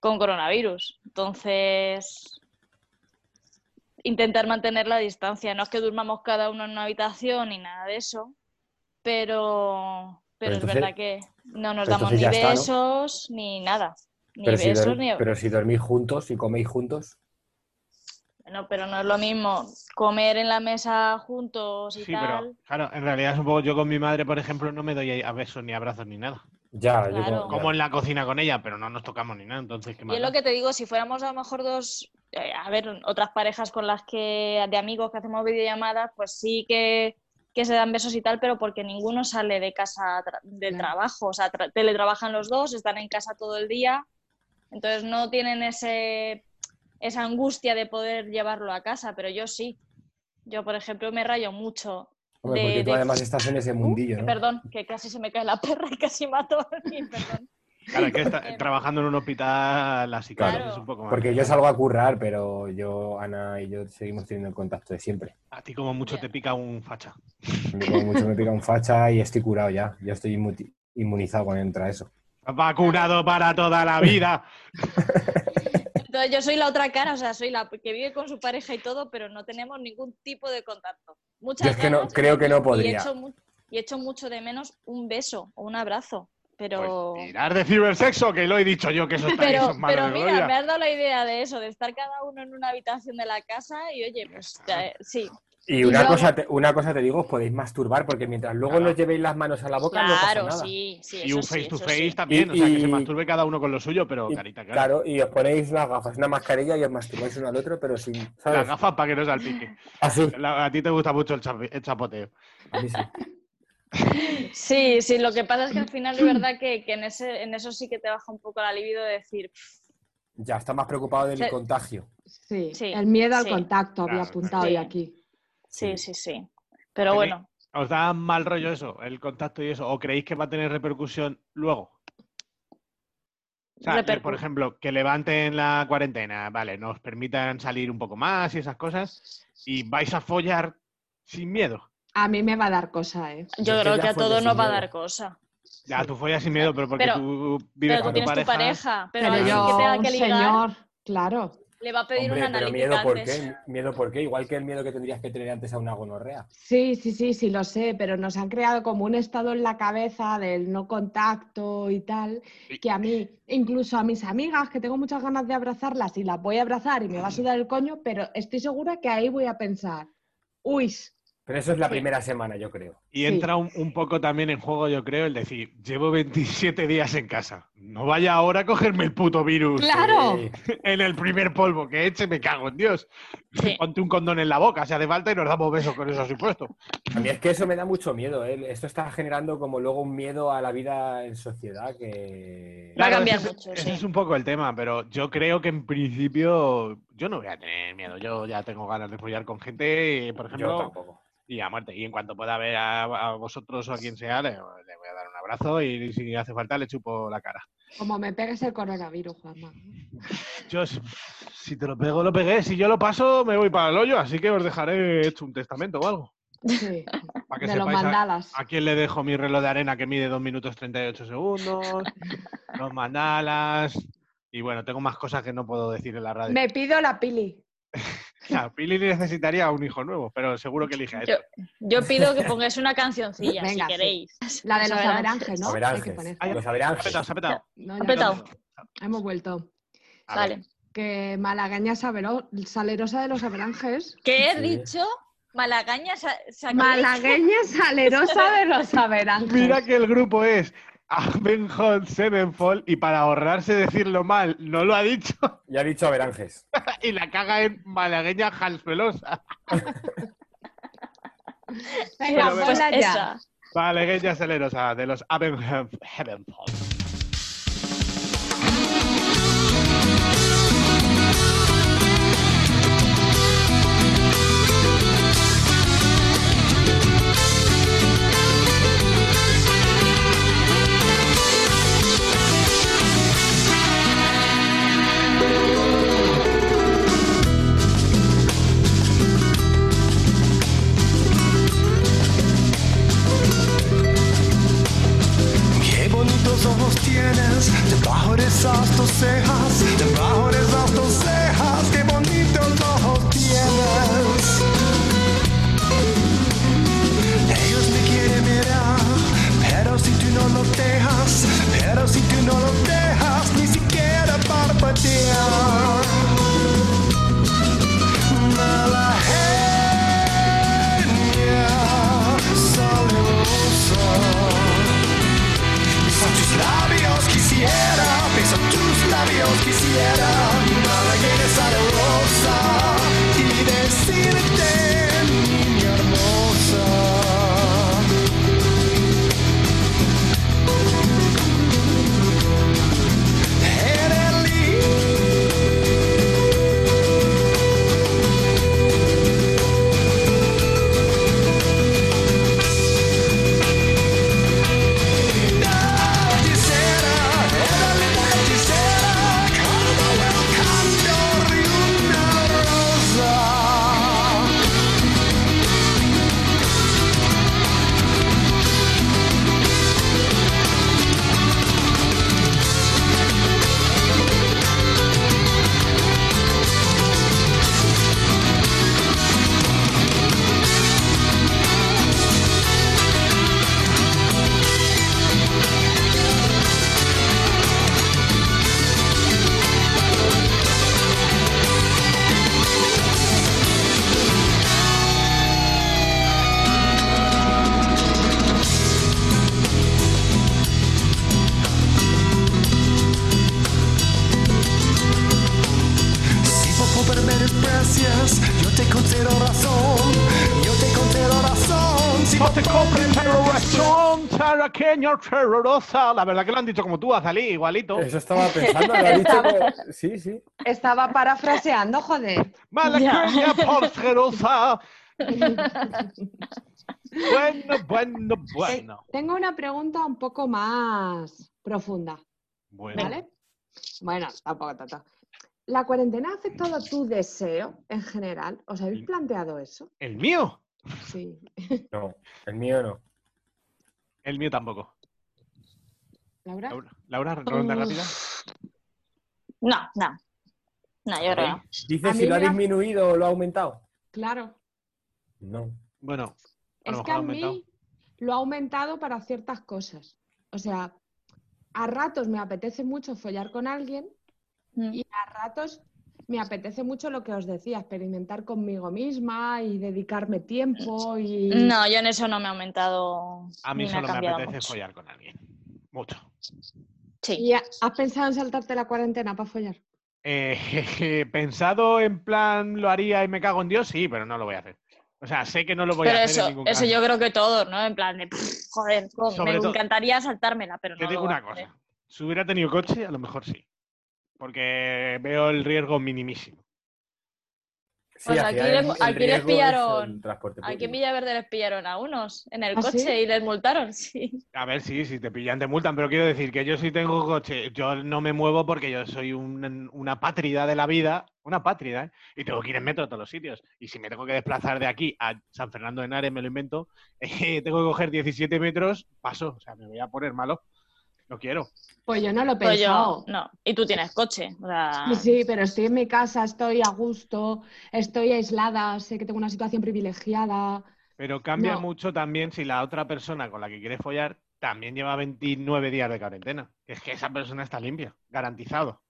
S6: con coronavirus. Entonces, intentar mantener la distancia. No es que durmamos cada uno en una habitación ni nada de eso, pero, pero,
S7: Pero
S6: es
S7: entonces-
S6: verdad que no nos
S7: pero
S6: damos
S7: entonces
S6: ni
S7: ya está, ¿no?
S6: besos ni nada. Ni
S7: Pero si,
S6: besos,
S7: dor-
S6: ni...
S7: pero si dormís juntos, si coméis juntos,
S6: No, pero no es lo mismo comer en la mesa juntos y
S4: Sí, pero
S6: tal.
S4: claro, en realidad es un poco. Yo con mi madre, por ejemplo, no me doy a besos ni abrazos ni nada.
S7: ya,
S6: Claro.
S7: yo como-
S4: Como en la cocina con ella, pero no nos tocamos ni nada. Entonces, ¿qué
S6: y
S4: más
S6: es lo
S4: da?
S6: que te digo, si fuéramos a lo mejor dos, eh, a ver, otras parejas con las que, de amigos que hacemos videollamadas, pues sí que, que se dan besos y tal, pero porque ninguno sale de casa tra- del
S5: Claro.
S6: trabajo. O sea, tra- teletrabajan los dos, están en casa todo el día, entonces no tienen ese, esa angustia de poder llevarlo a casa, pero yo sí. Yo, por ejemplo, me rayo mucho
S7: Hombre,
S6: de-
S7: porque tú
S6: de-
S7: además estás en ese
S6: Uh,
S7: mundillo, ¿no?
S6: Perdón, que casi se me cae la perra y casi mato a alguien, perdón.
S4: Claro, es que está- trabajando en un hospital así claro,
S6: Claro.
S4: es un poco más.
S7: Porque yo salgo a currar, pero yo, Ana y yo seguimos teniendo el contacto de siempre.
S4: A ti como mucho te pica un facha.
S7: A mí Como mucho me pica un facha y estoy curado ya. Yo estoy inmu- inmunizado cuando entra eso.
S4: Vacunado para toda la vida.
S6: Entonces yo soy la otra cara, o sea, soy la que vive con su pareja y todo, pero no tenemos ningún tipo de contacto. Muchas
S7: Yo es que no,
S6: ganas
S7: creo que no
S6: y,
S7: podría.
S6: echo, mu- y echo mucho de menos un beso o un abrazo, pero...
S4: Pues tirar de cibersexo, que lo he dicho yo, que eso está ahí, eso
S6: pero,
S4: es malo
S6: pero
S4: de
S6: mira,
S4: gloria.
S6: me has dado la idea de eso, de estar cada uno en una habitación de la casa y oye, pues eh, sí,
S7: Y
S5: Y
S7: una
S5: yo-
S7: cosa, te, una cosa te digo, os podéis masturbar porque mientras luego
S4: Claro.
S7: no os llevéis las manos a la boca, no pasa
S6: claro,
S7: nada.
S6: sí, sí.
S4: Y
S6: eso
S4: un
S6: sí,
S4: face to
S6: eso
S4: face
S6: sí.
S4: también, o sea, que
S7: Y-
S4: se
S7: y-
S4: masturbe cada uno con lo suyo, pero
S7: Y-
S4: carita, claro.
S7: claro, y os ponéis unas gafas, una mascarilla y os masturbáis uno al otro, pero sin. ¿sabes?
S4: Las gafas para que no salpique.
S7: Así.
S4: La- a ti te gusta mucho el, chapi- el chapoteo.
S7: así sí.
S6: Sí, sí, lo que pasa es que al final es verdad que, que en, ese, en eso sí que te baja un poco la libido de decir,
S7: Ya, está más preocupado del
S6: Se-
S7: contagio.
S5: Sí.
S6: Sí,
S5: El miedo al
S6: sí.
S5: contacto había
S4: Claro,
S5: apuntado
S6: claro.
S5: yo aquí.
S6: sí, sí, sí. Pero
S4: Ok.
S6: bueno,
S4: ¿Os da mal rollo eso, el contacto y eso? ¿O creéis que va a tener repercusión luego? O sea, que,
S6: repercu-
S4: por ejemplo, que levanten la cuarentena, vale, nos permitan salir un poco más y esas cosas, y vais a follar sin miedo.
S5: A mí me va a dar cosa, ¿eh.
S6: yo
S7: es que
S6: creo
S7: ya
S6: que a
S7: fue
S6: todos
S7: desde
S6: nos va a
S7: luego.
S6: dar cosa.
S4: Ya, tú follas sin miedo, pero porque
S6: Pero-
S4: tú vives
S6: Pero tú
S4: con tu
S6: tienes
S4: pareja.
S6: tu pareja, pero,
S5: Pero
S6: alguien
S5: yo,
S6: que tenga
S5: un
S6: que ligar,
S5: señor, claro.
S6: Le va a pedir
S7: Hombre,
S6: una
S7: pero
S6: analítica
S7: miedo por
S6: antes.
S7: qué, miedo por qué, igual que el miedo que tendrías que tener antes a una gonorrea.
S5: Sí, sí, sí, sí, lo sé, pero nos han creado como un estado en la cabeza del no contacto y tal,
S4: Sí.
S5: que a mí, incluso a mis amigas, que tengo muchas ganas de abrazarlas y las voy a abrazar y me va a sudar el coño, pero estoy segura que ahí voy a pensar, uy,
S7: Pero eso es la primera semana, yo creo.
S4: Y
S5: Sí.
S4: entra un, un poco también en juego, yo creo, el decir, llevo 27 días en casa. No vaya ahora a cogerme el puto virus
S5: Claro.
S7: Sí.
S4: en el primer polvo que eche, me cago en Dios.
S6: Sí.
S4: Ponte un condón en la boca si hace falta y nos damos besos con eso, supuesto.
S7: A mí es que eso me da mucho miedo. ¿eh? Esto está generando como luego un miedo a la vida en sociedad
S6: Va
S7: que...
S6: a
S4: Claro,
S6: cambiar
S4: ese es-
S6: mucho,
S4: Ese
S6: sí.
S4: es un poco el tema, pero yo creo que en principio yo no voy a tener miedo. Yo ya tengo ganas de follar con gente, eh, por
S7: Yo
S4: ejemplo,
S7: tampoco.
S4: y a muerte. Y en cuanto pueda ver a, a vosotros o a quien sea, le, le voy a dar un abrazo y si hace falta le chupo la cara.
S5: como me pegues el coronavirus, Juanma.
S4: Yo, si- si te lo pego, lo pegué. Si yo lo paso, me voy para el hoyo, así que os dejaré hecho un testamento o algo.
S5: Sí,
S4: Para que
S5: de los
S4: sepáis a-
S5: mandalas.
S4: ¿A quién le dejo mi reloj de arena que mide 2 minutos 38 segundos? Los mandalas. Y bueno, tengo más cosas que no puedo decir en la radio.
S5: Me pido la pili.
S4: Claro, Pili necesitaría un hijo nuevo, pero seguro que elige a
S6: Yo,
S4: este.
S6: yo pido que pongáis una cancioncilla,
S5: Venga,
S6: si
S5: sí.
S6: queréis.
S5: La de los
S6: Saberán.
S5: aberanjes, ¿no? Hay que
S7: Averanges.
S5: poner.
S4: Ay,
S7: Los
S4: Se ha petado,
S7: averanges.
S4: se ha petado.
S5: No,
S6: Ha
S5: ya
S6: petado.
S5: hemos vuelto.
S4: A
S6: Vale.
S4: ver,
S5: Que Malagaña Sabero- Salerosa de los Aberanjes.
S6: ¿Qué he
S7: Sí.
S6: dicho? Malagaña sa- sa-
S5: Malagueña Salerosa de los Aberanjes.
S4: Mira que el grupo es Avenged Sevenfold y para ahorrarse decirlo mal, no lo ha dicho
S7: Ya he dicho averanges.
S4: y la caga en malagueña jalspelosa.
S5: Venga,
S4: Pero,
S5: ponla ya.
S6: pues Esa.
S4: Malagueña selerosa de los Avenged Sevenfold.
S3: Qué bonitos ojos tienes debajo de esas dos cejas, debajo de esas dos cejas, qué bonitos ojos tienes. Ellos me quieren mirar, pero si tú no los dejas, pero si tú no los dejas, ni siquiera parpadear. Mala genia, salerosa. Besar tus labios quisiera, besar tus labios quisiera, nada que rosa y decirte mi hermosa. Eres linda. hechicera, era linda hechicera, como el cantor y una rosa. Si vos por me desprecias, yo te concedo razón, yo te concedo razón. Si
S4: No
S3: vos
S4: te compren terrorazón, taraqueño, terrorosa. La verdad que lo han dicho como tú, Azalí, igualito.
S7: Eso estaba pensando. lo he dicho que- Sí, sí.
S5: Estaba parafraseando, joder.
S4: Malagueña, porcerosa. bueno, bueno, bueno.
S5: Eh, Tengo una pregunta un poco más profunda,
S4: Bueno,
S5: ¿vale? Bueno, tampoco tanto. ¿La cuarentena ha afectado tu deseo en general? ¿Os habéis planteado eso?
S4: el mío.
S5: Sí.
S7: No, el mío no.
S4: El mío tampoco.
S5: ¿Laura?
S6: Mm.
S4: Laura, Laura, ronda rápida.
S6: No, no. No, yo creo que no.
S5: A
S7: Dice
S5: mí
S7: si lo ha
S5: me da-
S7: disminuido o lo ha aumentado.
S5: Claro.
S7: No.
S4: Bueno, a lo
S5: Es
S4: mejor
S5: que
S4: ha
S5: a
S4: aumentado.
S5: mí lo ha aumentado para ciertas cosas. O sea, a ratos me apetece mucho follar con alguien
S6: Mm.
S5: y a ratos me apetece mucho lo que os decía, experimentar conmigo misma y dedicarme tiempo y...
S6: No, yo en eso no me ha aumentado.
S4: A mí
S6: ni
S4: solo
S6: ha
S4: me
S6: cambiado
S4: apetece
S6: mucho.
S4: follar con alguien. Mucho.
S6: Sí.
S5: ¿Y ha- has pensado en saltarte la cuarentena para follar?
S4: Eh, pensado en plan, lo haría y me cago en Dios, sí, pero no lo voy a hacer. O sea, sé que no lo voy
S6: Pero
S4: a hacer en
S6: eso,
S4: ningún
S6: eso
S4: caso.
S6: yo creo que todos, ¿no? En plan de, "Pff, joder, con-
S4: Sobre
S6: me
S4: todo-
S6: encantaría saltármela, pero
S4: Te
S6: no.
S4: digo
S6: lo
S4: una
S6: hago, ¿eh?
S4: cosa. Si hubiera tenido coche, a lo mejor sí. Porque veo el riesgo minimísimo.
S7: Sí,
S6: Pues
S7: al
S6: aquí
S7: final
S6: le-
S7: el- el
S6: aquí les
S7: riesgo es
S6: pillaron-
S7: el transporte
S6: Aquí en
S7: público.
S6: Villaverde les pillaron a unos en el
S5: ¿Ah,
S6: coche
S5: sí?
S6: y les multaron, sí.
S4: A ver, sí, si te pillan te multan, pero quiero decir que yo sí tengo coche, yo no me muevo porque yo soy un- una pátrida de la vida, una pátrida, ¿eh? y tengo que ir en metro a todos los sitios. Y si me tengo que desplazar de aquí a San Fernando de Henares, me lo invento, eh, tengo que coger 17 metros, paso, o sea, me voy a poner malo, no quiero.
S5: Pues yo no lo he
S6: Pero yo,
S5: pensado.
S6: no. Y tú tienes coche. o sea,
S5: Sí, sí, pero estoy en mi casa, estoy a gusto, estoy aislada, sé que tengo una situación privilegiada.
S4: Pero cambia
S5: No.
S4: mucho también si la otra persona con la que quieres follar también lleva 29 días de cuarentena. Es que esa persona está limpia, garantizado.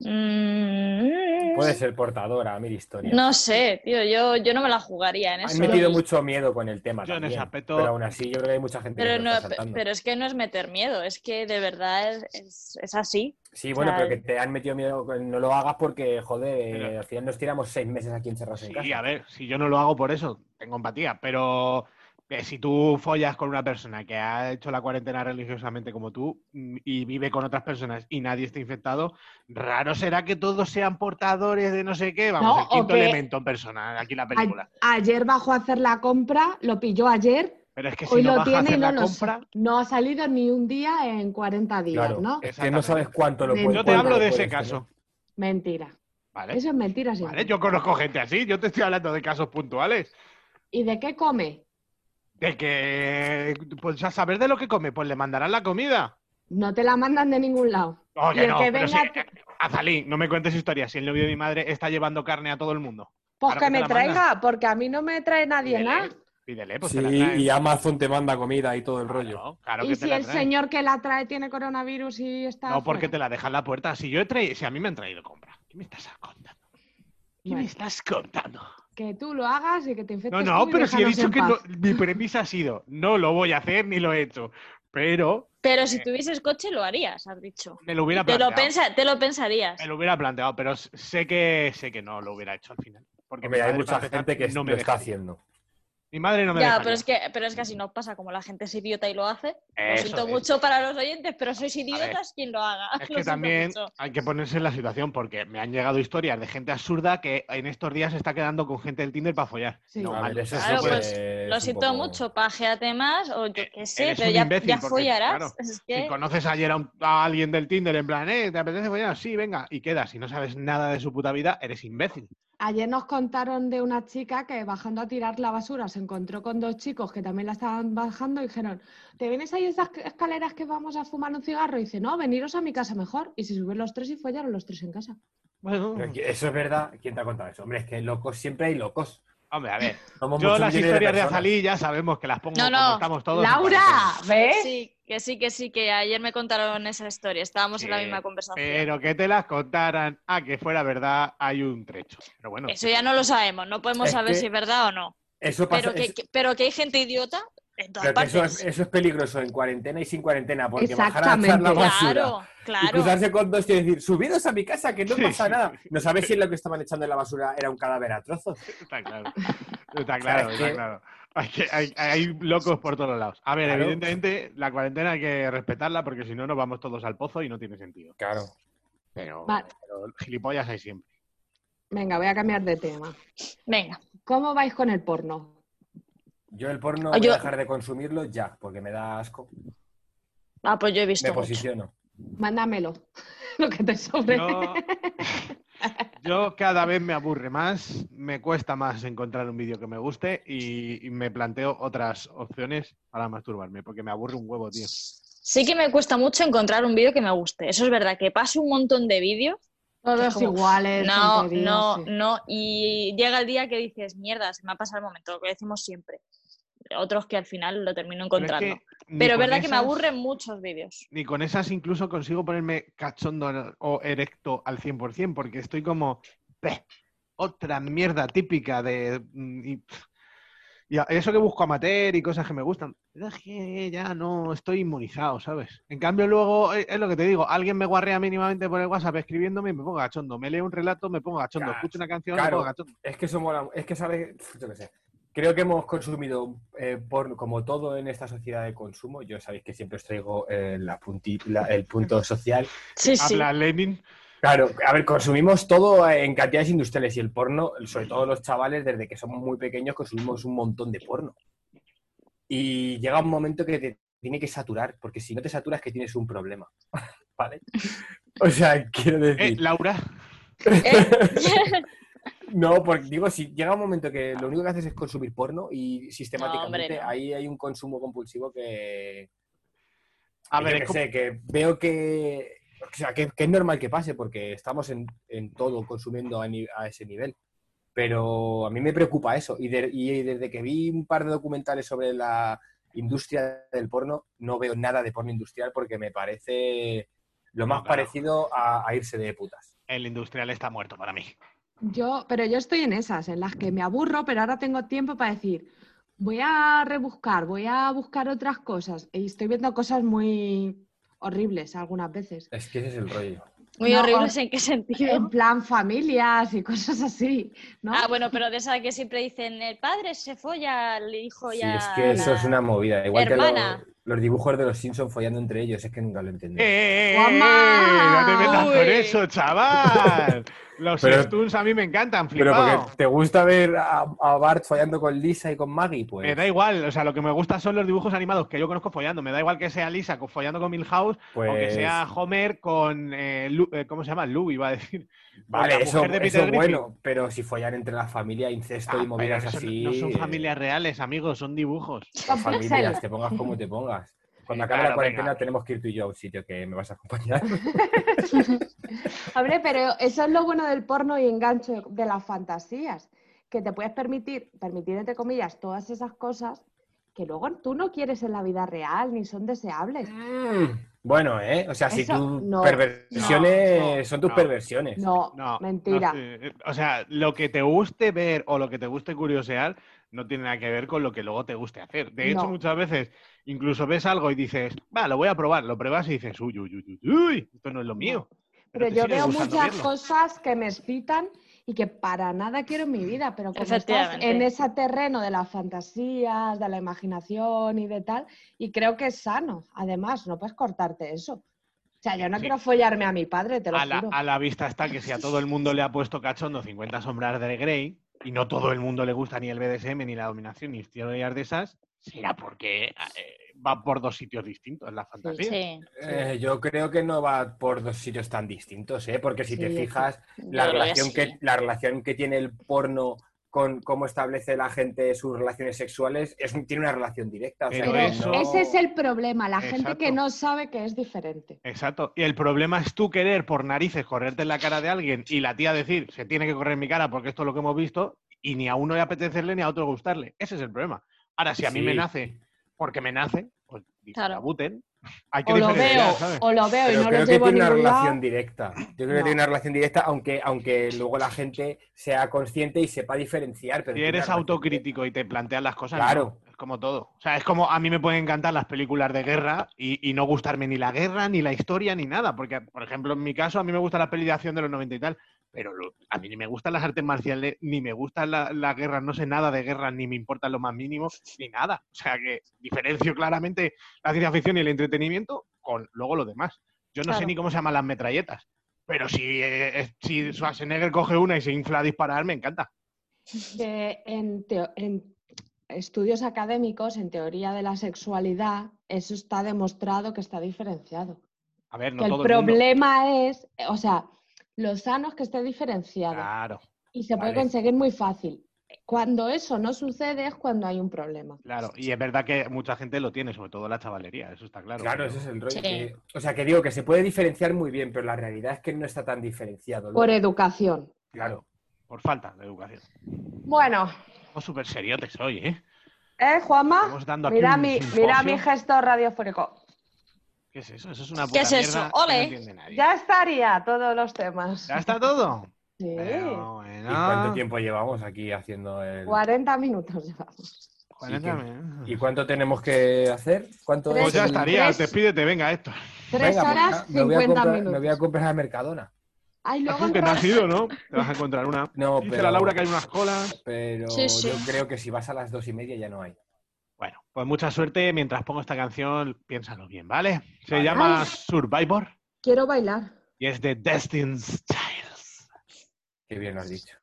S6: mm,
S7: Puede ser portadora, mil historias.
S6: No sé, tío, yo, yo no me la jugaría en
S7: Han
S6: eso.
S7: metido mucho miedo con el tema
S4: Yo en
S7: también,
S4: ese aspecto-
S7: pero aún así yo creo que hay mucha gente que
S6: Pero,
S7: lo
S6: no,
S7: está saltando.
S6: pero es que no es meter miedo, es que de verdad es, es- es así.
S7: Sí, bueno,
S6: o sea,
S7: pero que te han metido miedo, con- no lo hagas porque, joder,
S4: Pero-
S7: al final nos tiramos seis meses aquí encerrados en
S4: Sí,
S7: casa.
S4: a ver, si yo no lo hago por eso, tengo empatía, pero eh, si tú follas con una persona que ha hecho la cuarentena religiosamente como tú mm, y vive con otras personas y nadie está infectado, raro será que todos sean portadores de no sé qué, vamos,
S5: No,
S4: el quinto
S5: o que-
S4: elemento personal, aquí la
S5: A-
S4: película.
S5: ayer bajó a hacer la compra, lo pilló ayer,
S4: Pero es que si
S5: hoy
S4: no
S5: lo
S4: vas a
S5: tiene y
S4: hacer
S5: no
S4: la
S5: lo
S4: compra,
S5: sa- No ha salido ni un día en 40 días,
S7: Claro,
S5: ¿no?
S7: es que no sabes cuánto lo
S5: Yo
S7: puedes
S4: yo te
S7: cuánto
S4: hablo
S7: lo
S4: de
S7: puedes
S4: ese
S7: tener.
S4: caso,
S5: Mentira.
S4: ¿vale?
S5: Eso es mentira siempre.
S4: ¿Eh? Vale, Yo conozco gente así, yo te estoy hablando de casos puntuales.
S5: ¿Y de qué come?
S4: De que, pues a saber de lo que come, pues le mandarán la comida.
S5: No te la mandan de ningún lado. Y
S4: Oye,
S5: el
S4: Oh, no,
S5: que
S4: pero
S5: venga-
S4: sí, Azalí, no me cuentes historias. Si el novio de mi madre está llevando carne a todo el mundo.
S5: Pues
S4: Claro que
S5: que
S4: te
S5: me
S4: la mandan.
S5: traiga, porque a mí no me trae nadie
S4: Pídele,
S5: nada.
S4: Pídele, pues te la traen.
S7: Sí, y Amazon te manda comida y todo el rollo.
S4: Claro, claro
S5: y
S4: que te
S5: si
S4: la
S5: el
S4: traen.
S5: señor que la trae tiene coronavirus y está.
S4: No, porque te
S5: fuera.
S4: la dejan en la puerta. Si yo he traído, si a mí me han traído compra. ¿Qué me estás contando? ¿Qué me
S5: Bueno,
S4: estás contando?
S5: que tú lo hagas y que te infectes.
S4: No,
S5: tú
S4: no,
S5: y
S4: pero si he
S5: déjanos
S4: dicho
S5: en
S4: que
S5: paz.
S4: no- mi premisa ha sido, no lo voy a hacer ni lo he hecho. Pero
S6: Pero si tuvieses coche lo harías, has dicho.
S4: me lo hubiera
S6: Te
S4: planteado.
S6: lo, pensa- te lo pensarías.
S4: Me lo hubiera planteado, pero sé que sé que no lo hubiera hecho al final. Porque
S7: Hombre,
S4: mi
S7: hay
S4: madre,
S7: mucha
S4: para empezar,
S7: gente que
S4: no me
S7: lo está
S4: dejaría.
S7: haciendo.
S4: Mi madre no me
S6: ya,
S4: dejaría.
S6: pero es, que, pero es que así nos pasa, como la gente es idiota y lo hace. Lo
S4: Eso
S6: siento
S4: es.
S6: mucho para los oyentes, pero sois idiotas quien lo haga.
S4: Es
S6: Lo
S4: que
S6: siento
S4: también
S6: mucho.
S4: hay que ponerse en la situación porque me han llegado historias de gente absurda que en estos días se está quedando con gente del Tinder para follar.
S5: Sí.
S4: No,
S7: A ver,
S4: vale.
S7: eso
S6: Claro,
S7: sí que
S6: pues,
S7: es
S6: Lo
S7: un
S6: siento
S7: poco-
S6: mucho, pajéate más o yo
S4: Eh,
S6: qué sé,
S4: eres
S6: pero
S4: un
S6: ya,
S4: imbécil
S6: ya
S4: porque,
S6: follarás.
S4: claro,
S6: Es
S4: Si
S6: que,
S4: conoces ayer a, un- a alguien del Tinder en plan, eh, ¿te apetece follar? Sí, venga, y quedas. Si no sabes nada de su puta vida, eres imbécil.
S5: Ayer nos contaron de una chica que bajando a tirar la basura se encontró con dos chicos que también la estaban bajando y dijeron, ¿te vienes ahí a esas escaleras que vamos a fumar un cigarro? Y dice, no, veniros a mi casa mejor. Y se subieron los tres y follaron los tres en casa.
S4: Bueno,
S7: Pero Eso es verdad. ¿Quién te ha contado eso? Hombre, es que locos siempre hay locos.
S4: hombre, a ver.
S7: Somos
S4: Yo
S7: muchos
S4: las
S7: millones
S4: historias de,
S7: personas.
S4: Azalí ya sabemos que las pongo
S6: No, no.
S4: como estamos todos. en
S5: ¡Laura!
S4: cuarentena.
S5: ¿Ves?
S7: ¿Eh?
S6: sí, que sí, que sí, que ayer me contaron esa historia, estábamos en la
S7: Eh,
S4: Sí,
S6: misma conversación.
S4: Pero que te las contaran a que fuera verdad, hay un trecho. Pero bueno,
S6: Eso ya no lo sabemos, no podemos
S7: Es
S6: saber
S7: que-
S6: si es verdad o no.
S7: Eso pasa.
S6: Pero que,
S7: es-
S6: que- pero que hay gente idiota en todas
S7: pero que eso,
S6: partes.
S7: es, eso es peligroso en cuarentena y sin cuarentena, porque bajar a echar
S5: Exactamente.
S7: la basura
S6: Claro,
S7: y
S6: claro.
S7: cruzarse con dos y decir, subidos a mi casa, que no
S4: Sí,
S7: pasa
S4: sí,
S7: nada. No sabes si lo que estaban echando en la basura era un cadáver a trozos.
S4: Está claro. Está claro,
S7: es
S4: está
S7: que-
S4: claro. Hay, que- hay- hay locos por todos lados. A ver,
S7: Claro.
S4: evidentemente, la cuarentena hay que respetarla porque si no, nos vamos todos al pozo y no tiene sentido.
S7: Claro.
S4: Pero,
S5: Vale.
S4: pero gilipollas hay siempre.
S5: Venga, voy a cambiar de tema.
S6: Venga,
S5: ¿Cómo vais con el porno?
S7: Yo el porno
S6: Ah,
S7: voy
S6: yo-
S7: a dejar de consumirlo ya, porque me da asco.
S6: ah, pues yo he
S7: Me
S6: visto mucho.
S7: posiciono.
S5: Mándamelo, lo que te sobre.
S4: Yo, yo cada vez me aburre más, me cuesta más encontrar un vídeo que me guste y, y me planteo otras opciones para masturbarme porque me aburre un huevo, tío.
S6: Sí que me cuesta mucho encontrar un vídeo que me guste. Eso es verdad, que paso un montón de vídeos
S5: Todos
S6: como,
S5: iguales.
S6: No,
S5: tonterías,
S6: no,
S5: sí.
S6: no. Y llega el día que dices, mierda, se me ha pasado el momento, lo que decimos siempre. Otros que al final lo termino
S4: Pero es
S6: encontrando. Pero es,
S4: que ni con
S6: verdad que me
S4: esas-
S6: aburren muchos vídeos.
S4: Ni con esas incluso consigo ponerme cachondo o erecto al 100%, porque estoy como... "Beh, Otra mierda típica de... mm, Y, y a- eso que busco amateur y cosas que me gustan. pero Es que ya no estoy inmunizado, ¿sabes? En cambio luego, eh, es lo que te digo, alguien me guarrea mínimamente por el WhatsApp escribiéndome y me pongo cachondo. Me leo un relato, me pongo cachondo.
S7: Claro,
S4: Escucho una canción, me
S7: claro.
S4: pongo cachondo.
S7: Es que eso mola, es que sabes, yo qué sé. Creo que hemos consumido eh, porno, como todo en esta sociedad de consumo. Yo sabéis que siempre os traigo eh, la punti- la- el punto social.
S6: Sí, sí.
S4: Habla Lenin.
S7: Claro, a ver, consumimos todo en cantidades industriales y el porno, sobre todo los chavales, desde que somos muy pequeños, consumimos un montón de porno. Y llega un momento que te tiene que saturar, porque si no te saturas que tienes un problema. ¿Vale? O sea, quiero
S4: Eh,
S7: decir.
S4: Laura.
S6: Eh,
S7: No, porque digo, si llega un momento que lo único que haces es consumir porno y sistemáticamente
S6: No, hombre, no.
S7: ahí hay un consumo compulsivo que,
S4: A
S7: que
S4: ver, eh,
S7: yo
S4: es
S7: qué
S4: como-
S7: sé, que veo que, o sea, que, que es normal que pase porque estamos en, en todo consumiendo a, ni- a ese nivel. Pero a mí me preocupa eso. Y, de- y desde que vi un par de documentales sobre la industria del porno, no veo nada de porno industrial porque me parece lo más
S4: No, claro.
S7: parecido a, a irse de putas.
S4: el industrial está muerto para mí.
S5: Yo, pero yo estoy en esas, en las que me aburro, pero ahora tengo tiempo para decir, voy a rebuscar, voy a buscar otras cosas. Y estoy viendo cosas muy horribles algunas veces.
S7: Es que ese es el rollo.
S6: Muy
S5: No,
S6: horribles en qué
S5: En
S6: sentido.
S5: plan familias y cosas así, ¿no?
S6: eh, Ah, bueno, pero de esa que siempre dicen, el padre se folla al hijo
S7: Sí,
S6: Pues ya.
S7: es que eso es una movida. Igual que
S6: hermana.
S7: lo- los dibujos de los Simpsons follando entre ellos, es que nunca lo entendí.
S4: ¡Eh, eh, eh!
S5: ¡Guamá!
S4: ¡No te metas con
S6: Uy.
S4: eso, chaval! Los
S7: Pero-
S4: Stones a mí me encantan,
S7: Pero
S4: flipado.
S7: porque te gusta ver a, a Bart follando con Lisa y con Maggie, pues.
S4: Me da igual, o sea, lo que me gusta son los dibujos animados que yo conozco follando. Me da igual que sea Lisa co- follando con Milhouse
S7: pues-
S4: o que sea Homer con. eh, Lu- eh, ¿Cómo se llama? Lou, iba a decir.
S7: Vale,
S4: la
S7: eso,
S4: mujer de
S7: eso
S4: Peter
S7: es
S4: Griffin.
S7: bueno, pero si follan entre la familia, incesto
S4: Ah,
S7: y movidas
S4: pero eso
S7: así.
S4: no no son
S7: eh,
S4: familias reales, amigos, son dibujos.
S5: Con
S7: son familias, te pongas como te pongas. Cuando acabe la
S4: claro,
S7: cuarentena
S4: venga.
S7: tenemos que ir tú y yo a un sitio que me vas a acompañar.
S5: Hombre, pero eso es lo bueno del porno y enganche de las fantasías, que te puedes permitir, permitir entre comillas, todas esas cosas que luego tú no quieres en la vida real ni son deseables.
S7: Mm, bueno, ¿eh? O sea, si
S5: Eso
S7: tus
S5: no,
S7: perversiones
S4: no, no,
S7: son tus
S4: no.
S7: perversiones.
S5: No,
S4: No,
S5: mentira.
S4: no, eh, o sea, lo que te guste ver o lo que te guste curiosear no tiene nada que ver con lo que luego te guste hacer. De hecho,
S5: No.
S4: muchas veces incluso ves algo y dices, va, lo voy a probar, lo pruebas y dices, uy, uy, uy, uy, uy, esto no es lo mío.
S5: Pero
S4: te
S5: yo
S4: sigue
S5: veo
S4: gustando
S5: muchas
S4: verlo.
S5: cosas que me excitan y que para nada quiero en mi vida, pero como estás
S6: Efectivamente.
S5: en ese terreno de las fantasías, de la imaginación y de tal, y creo que es sano, además, no puedes cortarte eso. O sea, yo no
S4: Sí.
S5: quiero follarme a mi padre, te lo
S4: A la,
S5: juro.
S4: a la vista está que si a todo el mundo le ha puesto cachondo 50 sombras de Grey y no todo el mundo le gusta ni el BDSM ni la dominación ni historias de esas, será porque eh, va por dos sitios distintos la fantasía.
S6: Sí.
S7: Eh, yo creo que no va por dos sitios tan distintos, ¿eh? Porque si te
S5: Sí, yo
S7: fijas,
S6: yo
S7: la
S6: creo que
S7: relación
S6: sí.
S7: que, la relación que tiene el porno con cómo establece la gente sus relaciones sexuales es, un- tiene una relación directa. O sea,
S4: Pero
S5: Pero
S7: que
S4: eso-
S7: no-
S5: ese es el problema, la gente que
S4: Exacto.
S5: no sabe que es diferente.
S4: Exacto. Y el problema es tú querer por narices correrte en la cara de alguien y la tía decir, se tiene que correr en mi cara porque esto es lo que hemos visto, y ni a uno le apetecerle ni a otro gustarle. Ese es el problema. Ahora, si a mí
S7: Sí.
S4: me nace porque me nace, pues
S6: Claro.
S4: disabuten. Hay que
S5: O lo
S4: diferenciar,
S5: veo,
S4: ¿sabes?
S5: o lo veo
S7: Pero
S5: y no
S7: creo
S5: lo
S7: que
S5: llevo a
S7: tiene una
S5: ningún lado.
S7: relación directa. Yo creo que
S5: No.
S7: tiene una relación directa, aunque, aunque luego la gente sea consciente y sepa diferenciar. Pero
S4: Si
S7: tiene
S4: eres
S7: una relación
S4: autocrítico y te planteas las cosas,
S7: Claro.
S4: no, es como todo. O sea, es como a mí me pueden encantar las películas de guerra y, y no gustarme ni la guerra, ni la historia, ni nada. Porque, por ejemplo, en mi caso, a mí me gusta la peli de acción de los 90 y tal, pero lo- a mí ni me gustan las artes marciales, ni me gustan la- las guerras, no sé nada de guerras, ni me importan lo más mínimo, ni nada. O sea, que diferencio claramente la ciencia ficción y el entretenimiento con luego lo demás. Yo no sé
S6: Claro.
S4: ni cómo se llaman las metralletas. Pero si, eh, eh, si Schwarzenegger coge una y se infla a disparar, me encanta.
S5: que en, teo- en estudios académicos, en teoría de la sexualidad, eso está demostrado que está diferenciado.
S4: A ver, no
S5: que el
S4: todo el mundo.
S5: problema es, eh, o sea, lo sano es que esté diferenciado
S4: Claro.
S5: y se puede
S7: vale.
S5: conseguir muy fácil. Cuando eso no sucede es cuando hay un problema.
S4: Claro, y es verdad que mucha gente lo tiene, sobre todo la chavalería, eso está claro.
S7: Claro,
S4: pero-
S7: ese es el rollo.
S6: Sí.
S7: que- o sea, que digo que se puede diferenciar muy bien, pero la realidad es que no está tan diferenciado. ¿no?
S5: Por
S6: e-
S5: educación.
S7: Claro.
S4: Por falta de educación.
S5: Bueno,
S4: Somos súper seriotes hoy, ¿eh?
S5: ¿eh, Juanma?
S4: Estamos dando aquí
S5: Mira
S4: un
S5: mi,
S4: simposio.
S5: mira mi gesto radiofónico.
S4: ¿Qué es eso? Eso es una
S6: ¿Qué
S4: puta
S6: es eso?
S4: mierda que no
S6: Ole.
S4: entiende nadie.
S5: Ya estaría todos los temas.
S4: ¿Ya está todo?
S5: Sí.
S4: Pero
S7: ¿Y
S4: bueno,
S7: cuánto tiempo llevamos aquí haciendo el...?
S5: 40 minutos llevamos.
S4: 40
S7: ¿Y qué?
S4: minutos.
S7: ¿Y cuánto tenemos que hacer? ¿Cuánto
S5: Tres
S4: Pues ya
S7: el-
S4: estaría,
S5: Tres.
S4: despídete, venga, esto.
S5: Tres
S7: Venga, pues, ah,
S5: horas
S7: me voy a
S5: 50
S7: comprar-
S5: minutos.
S7: Me voy a comprar a Mercadona.
S5: Ay, luego
S4: Tú que no has
S5: entra-
S4: ido, ¿no? Te vas a encontrar una.
S7: No,
S4: Dice
S7: pero-
S4: la Laura que hay unas colas.
S7: Pero
S6: Sí, sí.
S7: yo creo que si vas a las dos y media ya no hay.
S4: Bueno, pues mucha suerte. Mientras pongo esta canción, piénsalo bien, ¿vale? Se
S7: Vale.
S4: llama Survivor
S5: Quiero bailar.
S4: y es de Destin's Child.
S7: Qué bien lo has dicho.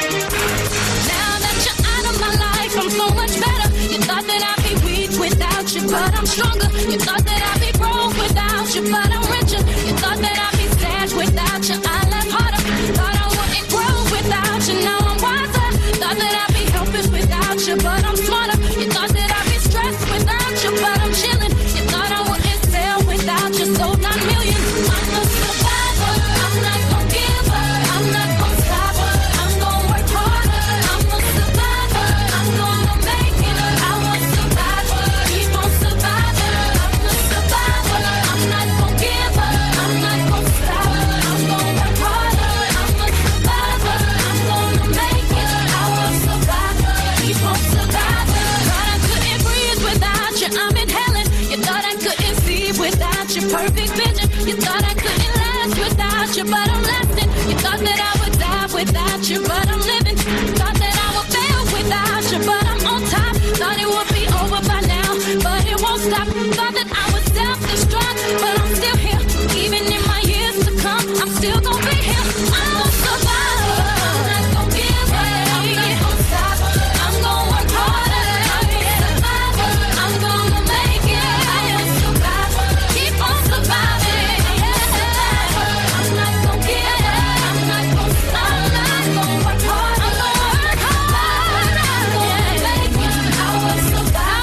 S8: Now that you're out of my life, I'm so much better. You thought that I'd be weak without you, but I'm stronger. You thought that I'd be broke without you, but I'm richer. You thought that I'd be sad without you, I left harder. You thought I wouldn't grow without you, now I'm wiser. Thought that I'd be helpless without you, but I'm smarter. You thought that I'd be stressed without you, but I'm chilling. You thought I wouldn't sell without you, sold nine million. I'm a survivor. I'm not gonna give up. I'm not gonna stop. I'm gonna work harder. I'm a survivor. I'm gonna make it. I'm a survivor. Keep on surviving. I'm a survivor. I'm not gonna give up. I'm not gonna stop. I'm gonna work harder. I'm a survivor. I'm gonna make it. I'm a survivor. Keep on surviving. Thought I couldn't breathe without you. I'm inhaling. You thought I couldn't see without your perfect vision. You thought I couldn't last without you, but I'm lasting. You thought that I would die without you, but I'm living. Thought that I would fail without you, but I'm on top. Thought it would be over by now, but it won't stop. Thought that I would self-destruct, but I'm still here. Even in my years to come, I'm still gonna be here. I'm a survivor. I'm not gonna give up. I'm not gonna stop. I'm gonna work harder. I'm a survivor. I'm gonna make it. I am a survivor. Keep on surviving. I'm a survivor. I'm not gonna give up. I'm not gonna stop. I'm not gonna work hard. I'm gonna work hard. I'm gonna make it. I will survive.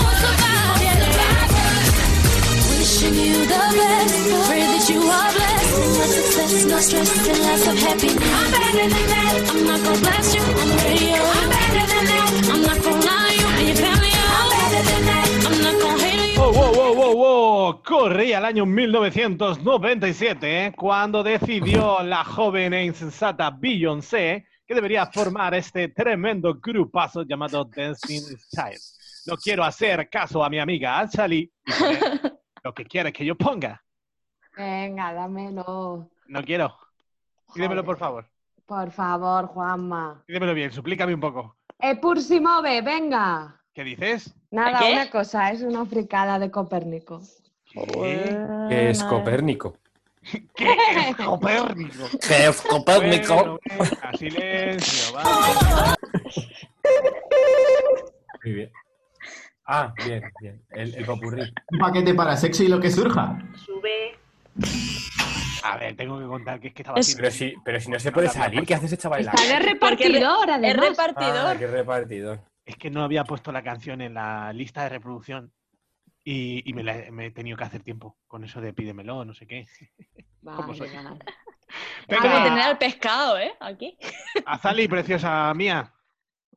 S8: I'm a survivor. Wishing you the best. Pray that you are blessed. No success, no stress, and lots of happiness. I'm better than that. I'm not gonna blast you on radio. I'm better than that. I'm not gonna lie, you'll be a failure. I'm better than that. I'm not gonna hate you.
S4: ¡Wow, wow, wow, wow, wow! Corría el año 1997 ¿eh? cuando decidió la joven e insensata Beyoncé que debería formar este tremendo grupazo llamado Dancing Child. No quiero hacer caso a mi amiga Achali. y poner Lo que quiere que yo ponga.
S5: Venga, dámelo.
S4: No quiero. Pídemelo,
S5: Joder.
S4: por favor.
S5: Por favor, Juanma.
S4: Pídemelo bien, suplícame un poco.
S5: Eh, Pursimove, venga.
S4: ¿Qué dices?
S5: Nada,
S6: ¿Qué?
S5: una cosa, es una fricada de Copérnico.
S4: ¿Qué?
S5: Ah,
S7: Es Copérnico.
S4: ¿Qué es Copérnico?
S7: Es
S4: Bueno, venga, silencio, va.
S7: Muy bien. Ah, bien, bien. El, el popurrí.
S9: Un paquete para sexo y lo que surja.
S4: A ver, tengo que contar que es que estaba
S6: Es-
S4: haciendo-
S7: Pero si, pero si no se puede salir, ¿qué haces esta bailando?
S5: Está de repartidor,
S6: Es
S5: además.
S7: Ah,
S6: repartidor.
S7: qué repartidor.
S4: Es que no había puesto la canción en la lista de reproducción y, y me, la- me he tenido que hacer tiempo con eso de pídemelo, no sé qué. ¿Cómo soy?
S5: Vaya.
S6: Voy a tener
S4: Venga,
S6: al pescado, ¿eh? Aquí.
S4: Azali, preciosa mía.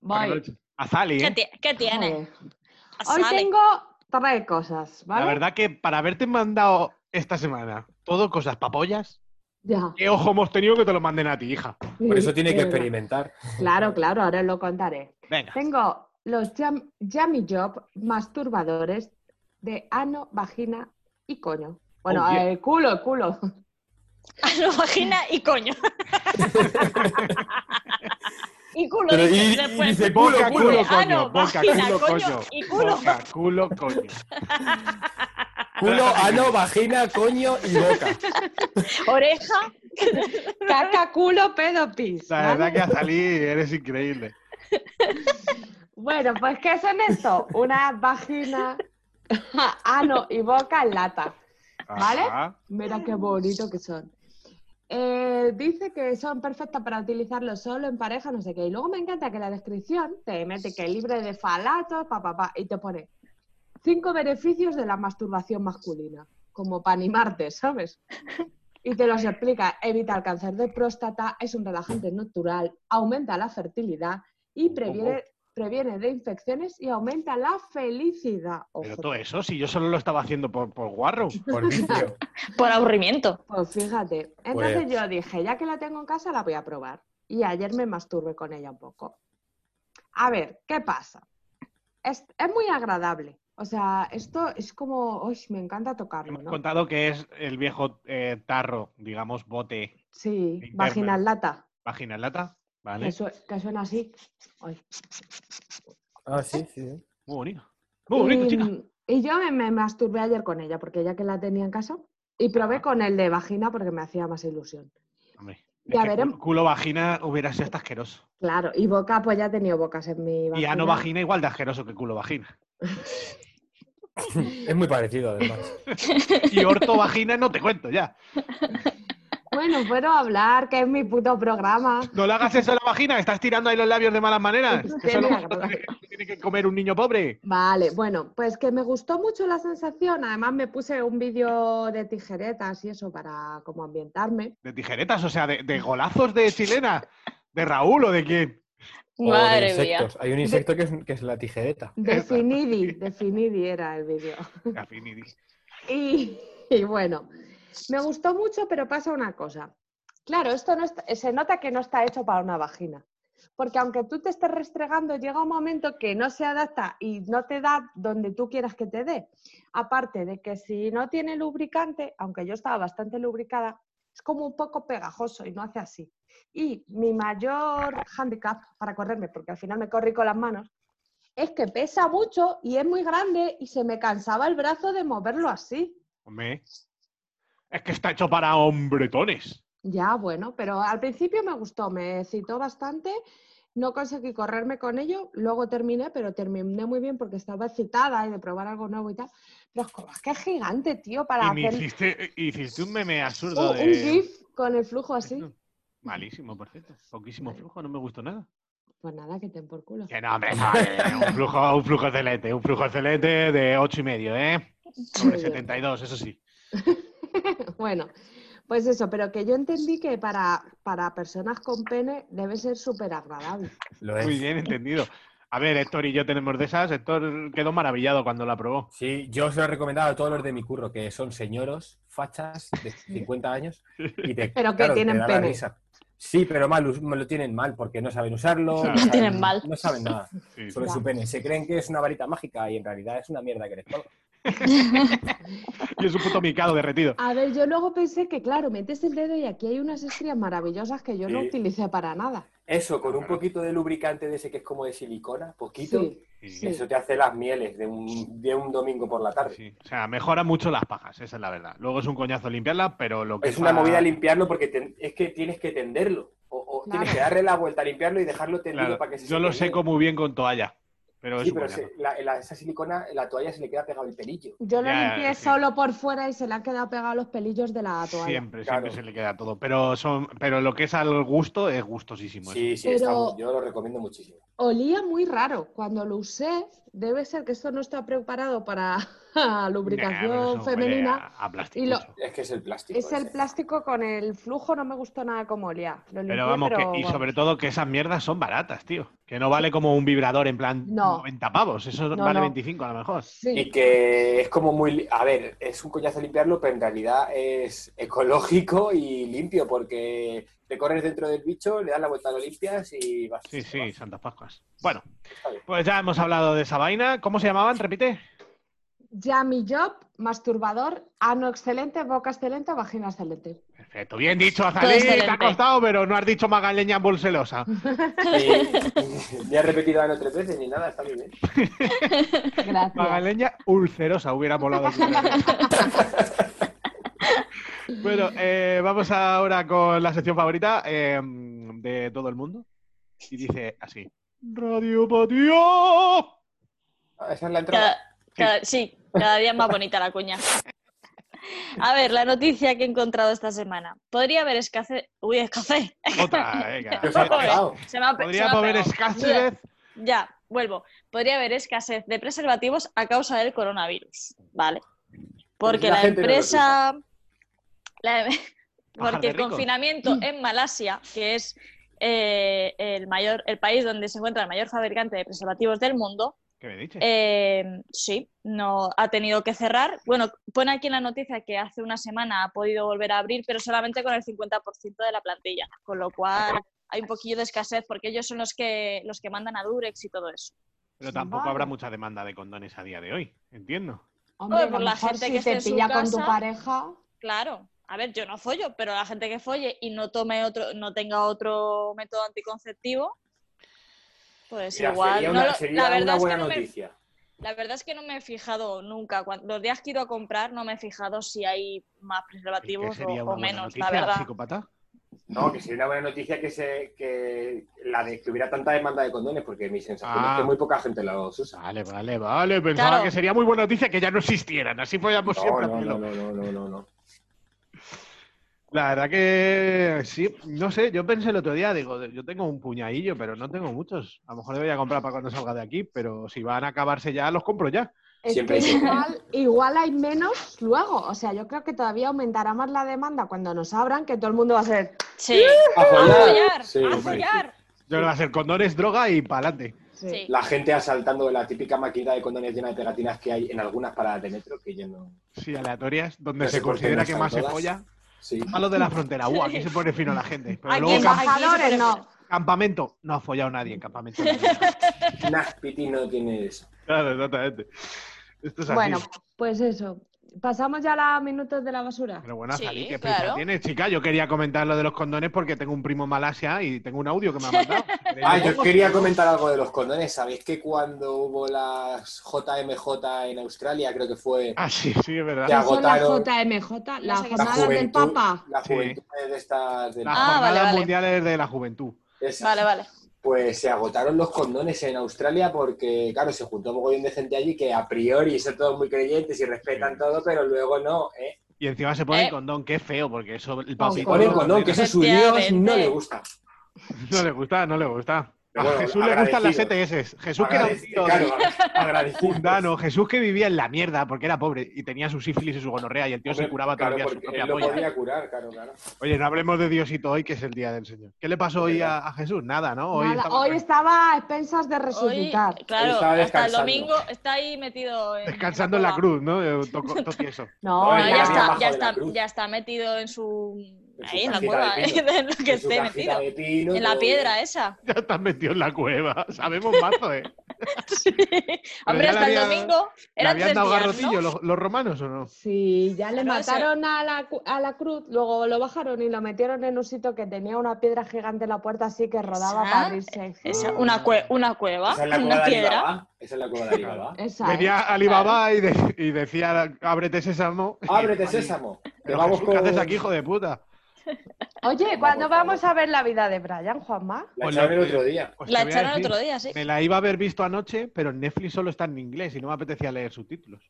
S5: Voy.
S4: Azali,
S6: ¿Qué,
S4: ¿eh?
S6: ti- qué tiene?
S5: Joder. Hoy
S6: Sale.
S5: tengo tres cosas, ¿vale?
S4: La verdad que para haberte mandado esta semana todo cosas papollas,
S5: Ya.
S4: qué ojo hemos tenido que te lo manden a ti, hija.
S7: Por eso tiene que
S5: Sí,
S7: experimentar.
S5: Claro, claro, ahora os lo contaré.
S4: Venga.
S5: Tengo los jam, Yummy Job masturbadores de ano, vagina y coño. Bueno,
S4: Oh, yeah.
S5: el culo, el culo.
S6: A lo vagina y coño. y culo.
S7: Pero
S6: dice,
S7: y- y
S6: después.
S7: dice culo,
S4: Boca,
S7: culo.
S4: culo,
S6: Ah, no,
S4: coño. Boca,
S6: vagina,
S4: culo,
S6: coño
S4: coño.
S6: y culo.
S4: Boca, culo, coño.
S7: Culo, ano, vagina, coño y boca.
S6: Oreja.
S5: Caca, culo, pedo, pis.
S4: La
S5: ¿vale?
S4: verdad que a salir eres increíble.
S5: Bueno, pues ¿qué son esto? Una vagina, ano y boca en lata. ¿Vale?
S4: Ajá.
S5: Mira qué bonito que son. Eh, dice que son perfectas para utilizarlo solo en pareja, no sé qué. Y luego me encanta que la descripción te mete que libre de falatos, pa, pa, pa, y te pone cinco beneficios de la masturbación masculina, como para animarte, ¿sabes? Y te los explica, evita el cáncer de próstata, es un relajante natural, aumenta la fertilidad y previene, previene de infecciones y aumenta la felicidad.
S4: Pero
S5: Ojo,
S4: todo eso, si yo solo lo estaba haciendo por, por guarro.
S7: Por vicio.
S6: Por aburrimiento.
S5: Pues fíjate, entonces
S7: Pues-
S5: yo dije, ya que la tengo en casa, la voy a probar. Y ayer me masturbé con ella un poco. A ver, ¿qué pasa? Es, es muy agradable. O sea, esto es como, uy, me encanta tocarlo,
S4: Hemos
S5: ¿no?
S4: contado que es el viejo eh, tarro, digamos, bote,
S5: Sí,
S4: Interna.
S5: vagina en lata,
S4: vagina en lata. Vale,
S5: que, su- que suena así. Ay.
S7: Ah, sí, sí.
S4: muy bonito. Muy bonito,
S5: y,
S4: chica.
S5: y yo me, me masturbé ayer con ella, porque ya que la tenía en casa, y probé con el de vagina porque me hacía más ilusión.
S4: Hombre, es
S5: Ya
S4: que
S5: veremos.
S4: culo, culo vagina hubiera sido hasta asqueroso.
S5: Claro, y boca, pues ya he tenido bocas en mi
S4: Y ano vagina igual de asqueroso que culo vagina.
S7: Es muy parecido, además.
S4: Y orto vagina no te cuento ya.
S5: Bueno, puedo hablar, que es mi puto programa.
S4: No le hagas eso a la vagina, que estás tirando ahí los labios de malas maneras. Eso
S5: Tenía
S4: lo
S5: que hablar.
S4: tiene que comer un niño pobre.
S5: Vale, bueno, pues que me gustó mucho la sensación. Además, me puse un vídeo de tijeretas y eso para como ambientarme.
S4: De tijeretas, o sea, de, de golazos de chilena. ¿De Raúl o de quién?
S7: O de
S6: Madre mía.
S7: insectos. Hay un insecto que es, que es la tijereta.
S5: Definidi, definidi era el vídeo.
S4: Al fin y-
S5: Y, y bueno, me gustó mucho, pero pasa una cosa. Claro, esto no está- se nota que no está hecho para una vagina. Porque aunque tú te estés restregando, llega un momento que no se adapta y no te da donde tú quieras que te dé. Aparte de que si no tiene lubricante, aunque yo estaba bastante lubricada, es como un poco pegajoso y no hace así. Y mi mayor handicap para correrme, porque al final me corrí con las manos, es que pesa mucho y es muy grande y se me cansaba el brazo de moverlo así.
S4: Hombre. Es que está hecho para hombretones.
S5: Ya, bueno, pero al principio me gustó, me excitó bastante, no conseguí correrme con ello, luego terminé, pero terminé muy bien porque estaba excitada y de probar algo nuevo y tal. Pero es como, es que es gigante, tío, para
S4: Y me
S5: hacer
S4: hiciste, hiciste un meme
S5: un,
S4: absurdo
S5: un
S4: de.
S5: GIF con el flujo así.
S4: Malísimo, por cierto. Poquísimo flujo, no me gustó nada.
S5: Pues nada, que te por culo.
S4: Que no, hombre, no, eh, un flujo, un flujo excelente, un flujo excelente de ocho y medio, ¿eh? Sobre
S5: Muy bien.
S4: 72, eso sí.
S5: Bueno, pues eso, pero que yo entendí que para, para personas con pene debe ser súper agradable.
S7: Lo es.
S4: Muy bien entendido. A ver, Héctor y yo tenemos de esas. Héctor quedó maravillado cuando la probó.
S7: Sí, yo se lo he recomendado a todos los de mi curro, que son señoros, fachas de 50 años y te,
S5: Pero que
S7: claro,
S5: tienen
S7: te da la
S5: pene.
S7: risa. Sí, pero mal, us- lo tienen mal porque no saben usarlo.
S4: Claro.
S7: no saben-
S6: Tienen mal.
S7: No saben nada
S4: Sí.
S7: sobre
S5: Ya.
S7: su pene. Se creen que es una varita mágica y en realidad es una mierda que les pongo.
S4: Y es un puto micado derretido.
S5: A ver, yo luego pensé que, claro, metes el dedo y aquí hay unas estrías maravillosas que yo no
S7: Sí.
S5: utilicé para nada.
S7: Eso, con un poquito de lubricante de ese que es como de silicona, poquito,
S5: Sí,
S4: Sí,
S5: sí.
S7: eso te hace las mieles de un, de un domingo por la tarde.
S4: sí. O sea, mejora mucho las pajas, esa es la verdad. Luego es un coñazo limpiarla, pero lo que
S7: Es una movida
S4: limpiarla.
S7: limpiarlo porque ten- es que tienes que tenderlo. O, o
S5: Claro.
S7: tienes que darle la vuelta, limpiarlo y dejarlo tendido para que se
S4: yo lo
S7: seque bien.
S4: seco muy bien con toalla, pero es
S7: Sí,
S4: un
S7: pero
S4: coñazo.
S7: se- la- la- esa silicona, la toalla se le queda pegado el pelillo.
S5: Yo lo
S4: Ya,
S5: limpié
S4: sí.
S5: solo por fuera y se le han quedado pegados los pelillos de la toalla.
S4: Siempre,
S7: Claro.
S4: siempre se le queda todo. Pero son, pero lo que es al gusto es gustosísimo. eso.
S7: Sí, sí,
S5: Pero-
S7: está muy- yo lo recomiendo muchísimo.
S5: Olía muy raro. Cuando lo usé, debe ser que esto no está preparado para
S4: Nah, pero eso
S5: lubricación
S4: huele
S5: femenina.
S4: a- a plástico,
S5: y lo-
S4: eso.
S7: Es que es el plástico.
S5: Es el
S7: ese.
S5: plástico con el flujo, no me gustó nada como olía. Lo limpié,
S4: Pero vamos, que- y
S5: vamos.
S4: sobre todo que esas mierdas son baratas, tío. Que no vale como un vibrador en plan
S5: No.
S4: 90 pavos. Eso
S5: No,
S4: vale
S5: no.
S4: 25 a lo mejor.
S7: Y
S5: Sí,
S7: que es como muy... li- A ver, es un coñazo limpiarlo, pero en realidad es ecológico y limpio porque te corres dentro del bicho, le das la vuelta, lo limpias y vas.
S4: Sí, sí,
S7: vas.
S4: Santas Pascuas. Bueno,
S7: Está bien.
S4: pues ya hemos hablado de esa vaina. ¿Cómo se llamaban? Repite.
S5: Yami Job, masturbador, ano excelente, boca excelente, vagina excelente.
S4: Perfecto. Bien dicho, Azalí,
S6: Excelente.
S4: te ha costado, pero no has dicho magaleña bolselosa.
S7: Sí. Ni ha repetido Ano tres veces ni nada, está muy bien.
S5: Gracias.
S4: Magaleña ulcerosa, hubiera volado. bueno, eh, vamos ahora con la sección favorita eh, de todo el mundo. Y dice así. Radio Patio.
S7: Ah, Esa es la entrada.
S6: Cada- cada- sí, cada día es más bonita la cuña. A ver, la noticia que he encontrado esta semana. Podría haber escasez... Uy, escasez.
S4: Otra, venga. Eh,
S7: ¿Qué os ha pasado?
S6: Se me ha pe- se
S4: Podría
S6: me ha
S4: haber
S6: pegado.
S4: escasez.
S6: Ya, vuelvo. Podría haber escasez de preservativos a causa del coronavirus, ¿vale? Porque
S7: la
S6: la,
S7: gente no los
S6: empresa... la- em-,
S4: Bajar
S6: porque
S4: de
S6: el
S4: ricos.
S6: confinamiento en Malasia, que es eh, el, mayor, el país donde se encuentra el mayor fabricante de preservativos del mundo,
S4: ¿Qué me dices?
S6: eh, sí, no ha tenido que cerrar. Bueno, pone aquí en la noticia que hace una semana ha podido volver a abrir, pero solamente con el 50% de la plantilla, con lo cual hay un poquillo de escasez porque ellos son los que los que mandan a Durex y todo eso.
S4: Pero tampoco
S5: vale.
S4: habrá mucha demanda de condones a día de hoy, entiendo.
S5: Hombre,
S6: Por
S5: a lo
S6: la
S5: mejor
S6: gente
S5: si
S6: que esté
S5: te
S6: en su
S5: pilla con tu
S6: casa.
S5: pareja,
S6: Claro. A ver, yo no follo, pero la gente que folle y no tome otro, no tenga otro método anticonceptivo, pues
S7: Mira,
S6: igual.
S7: sería
S6: no
S7: una,
S6: lo-
S7: sería
S6: la verdad
S7: una
S6: es que
S7: buena
S6: no me-
S7: noticia.
S6: La verdad es que no me he fijado nunca. Cuando, los días que he ido a comprar no me he fijado si hay más
S4: ¿Y qué
S6: preservativos o,
S4: sería una
S6: o
S4: buena
S6: menos,
S4: noticia,
S6: la verdad.
S4: psicópata?
S7: No, que sería una buena noticia que se que la de que hubiera tanta demanda de condones, porque mi sensación
S4: Ah.
S7: es que muy poca gente los usa.
S4: Vale, vale, vale. Pensaba
S6: Claro.
S4: que sería muy buena noticia que ya no existieran. Así follamos
S7: No,
S4: siempre.
S7: no,
S4: a pelo.
S7: no, no, no, no, no, no.
S4: La verdad que sí. No sé, yo pensé el otro día, digo, yo tengo un puñadillo, pero no tengo muchos. A lo mejor le voy a comprar para cuando salga de aquí, pero si van a acabarse ya, los compro ya.
S5: es
S7: Siempre
S5: que
S7: hay que-
S5: igual, igual hay menos luego. O sea, yo creo que todavía aumentará más la demanda cuando nos abran, que todo el mundo va a ser.
S6: Sí,
S7: ¡A
S6: a
S7: follar!
S6: follar,
S7: Sí,
S6: a
S7: sí,
S6: follar.
S4: Yo le voy a hacer condones, droga y pa'lante.
S6: Sí.
S7: La gente asaltando la típica máquina de condones llena de pegatinas que hay en algunas paradas de metro, que yo no.
S4: Sí, aleatorias, donde
S7: No sé
S4: se
S7: por qué no
S4: considera que
S7: están
S4: más se
S7: todas.
S4: folla.
S7: Sí.
S4: A los de la frontera, uh, aquí se pone fino la gente. Pero
S6: Aquí
S4: luego
S6: en
S4: camp-
S6: Baja-
S5: Embajadores, no.
S4: campamento, no ha follado nadie en campamento.
S7: Nah, Piti no tiene eso.
S4: Claro, exactamente. Esto es así.
S5: Bueno, pues eso. Pasamos ya a los minutos de la basura.
S4: Pero bueno,
S6: Sí,
S4: Azalí, ¿qué prisa
S6: claro.
S4: tienes, chica? Yo quería comentar lo de los condones porque tengo un primo en Malasia y tengo un audio que me ha mandado.
S7: Ah, yo quería comentar algo de los condones. ¿Sabéis que cuando hubo las JMJ en Australia, creo que fue
S4: Ah, sí, sí, es verdad.
S7: Te
S5: ¿Qué son las
S7: agotaron.
S5: JMJ?
S6: La
S5: Las
S7: la
S5: jornadas del
S7: juventud,
S5: Papa.
S7: la
S4: Sí.
S7: juventud de estas... de-
S4: Las
S6: Ah, vale,
S4: jornadas
S6: vale.
S4: mundiales de la juventud.
S7: esas.
S6: Vale, vale.
S7: Pues se agotaron los condones en Australia porque, claro, se juntó un mogollón de gente allí que a priori son todos muy creyentes y respetan
S4: Sí.
S7: todo, pero luego no, ¿eh?
S4: Y encima se pone
S6: Eh.
S4: el condón, qué feo, porque eso el
S5: Pues
S7: Se
S4: papito
S7: ponen
S4: no-
S7: condón, que eso es Dios no le gusta.
S4: no le gusta, no le gusta. A
S7: Pero bueno,
S4: Jesús le gustan las
S7: agradecido.
S4: ETS. Jesús que era un tío
S7: Agradecido, claro, agradecido.
S4: mundano, Jesús que vivía en la mierda porque era pobre y tenía su sífilis y su gonorrea y el tío se
S7: Hombre,
S4: curaba
S7: claro,
S4: todavía su
S7: porque
S4: propia
S7: él lo
S4: polla.
S7: podía curar, claro, claro.
S4: Oye, no hablemos de Diosito hoy, que es el día del Señor. ¿Qué le pasó hoy a, a Jesús? Nada, ¿no? Hoy
S5: Nada,
S4: estaba
S5: Hoy estaba a expensas de
S6: Hoy,
S5: resucitar.
S7: Hoy
S6: claro,
S7: estaba
S6: hasta el
S7: descansando.
S6: domingo está ahí metido. En,
S4: descansando en la cruz, ¿no? Eh, Toco, toco eso.
S5: No,
S7: Hoy
S6: Bueno,
S7: Ahí
S6: ya,
S7: había
S6: está,
S7: abajo
S6: ya,
S7: de la
S6: está,
S7: cruz.
S6: ya está metido en su.
S7: En su
S6: ahí, en la
S7: cajita
S6: cueva,
S7: de
S6: eh,
S7: pino.
S6: en lo que
S7: En su
S6: esté metido.
S7: cajita de pino,
S6: En la
S7: todo
S6: piedra ¿eh? esa.
S4: Ya estás metido en la cueva. Sabemos mazo, ¿eh?
S6: Hombre,
S4: ya le
S6: hasta el
S4: había-
S6: domingo
S4: ¿Le
S6: eran
S4: habían
S6: tres
S4: dado
S6: días, ¿no?
S4: garrotillo los, los romanos o no?
S5: Sí, ya le
S6: Claro, ese-
S5: mataron a la, cu- a la cruz, luego lo bajaron y lo metieron en un sitio que tenía una piedra gigante en la puerta, así que rodaba
S6: Esa-
S5: para abrirse.
S6: Esa, una, cue- una cueva,
S7: Esa es la cueva
S6: una
S7: de
S6: piedra.
S7: Alibaba. Esa es la cueva de Alibaba.
S5: Esa,
S4: Venía Alibaba y, de- y decía, ábrete sésamo.
S7: Ábrete,
S4: Y-
S7: sésamo. Que
S4: Pero
S7: vamos
S4: Jesús, ¿Qué
S7: con-
S4: haces aquí, hijo de puta?
S5: ¿eh? Oye,
S7: Vamos,
S5: ¿cuándo
S7: por
S5: vamos
S7: favor.
S5: a ver la vida de Brian, Juanma?
S7: La
S4: Pues
S7: echaron
S4: la-
S7: el otro día.
S4: Pues
S6: La
S4: te voy a
S6: echaron el
S4: decir,
S6: otro día, sí.
S4: Me la iba a haber visto anoche, pero en Netflix solo está en inglés y no me apetecía leer subtítulos.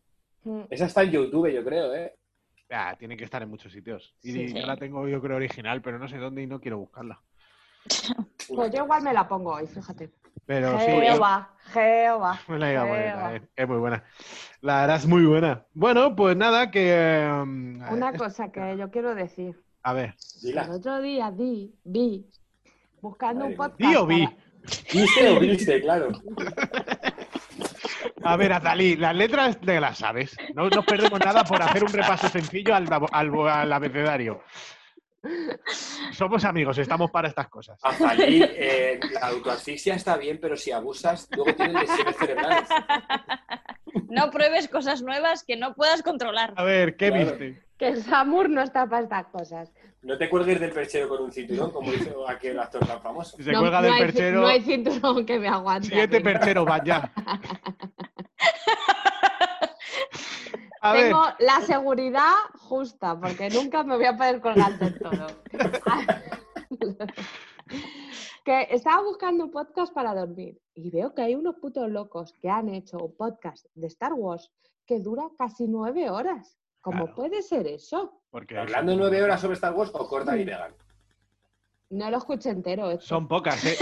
S5: Mm,
S7: Esa está en YouTube, yo creo, ¿eh?
S4: Ah, tiene que estar en muchos sitios. Y
S5: Sí.
S4: yo la tengo, yo creo, original, pero no sé dónde y no quiero buscarla.
S5: Pues yo igual me la pongo hoy, fíjate.
S4: Pero sí, yo-
S5: Jehová, Jehová.
S4: Me la iba a poner
S5: Jehová.
S4: también. eh. Es muy buena. La verdad es muy buena. Bueno, pues nada, que. mm, a
S5: Una
S4: ver,
S5: cosa que yo quiero decir.
S4: A ver.
S5: El
S7: Dila.
S5: otro día di, vi, buscando
S7: Madre
S5: un podcast.
S4: Di o vi.
S5: para-
S7: Viste o viste, claro.
S4: A ver, Azalí, las letras te las sabes. No nos perdemos nada por hacer un repaso sencillo al, al, al abecedario. Somos amigos, estamos para estas cosas.
S7: Azalí, eh, la autoasfixia está bien, pero si abusas, luego tienes lesiones cerebrales.
S6: No pruebes cosas nuevas que no puedas controlar.
S4: A ver, ¿qué
S7: Claro.
S4: viste?
S5: Que el Samur no está para estas cosas.
S7: No te cuelgues del perchero con un cinturón, como hizo aquel actor tan famoso.
S4: Si se
S5: no,
S4: cuelga
S5: no
S4: del
S5: hay, ci-
S4: perchero,
S5: No hay cinturón que me aguante.
S4: siete
S5: aquí.
S4: percheros van ya. A ver,
S5: Tengo la seguridad justa, porque nunca me voy a poder colgar del todo. que estaba buscando un podcast para dormir y veo que hay unos putos locos que han hecho un podcast de Star Wars que dura casi nueve horas. ¿Cómo
S4: Claro.
S5: puede ser eso?
S4: porque
S7: Hablando
S4: son-
S7: nueve horas sobre Star Wars o corta y legal.
S5: No lo escuché entero. esto.
S4: Son pocas, ¿eh?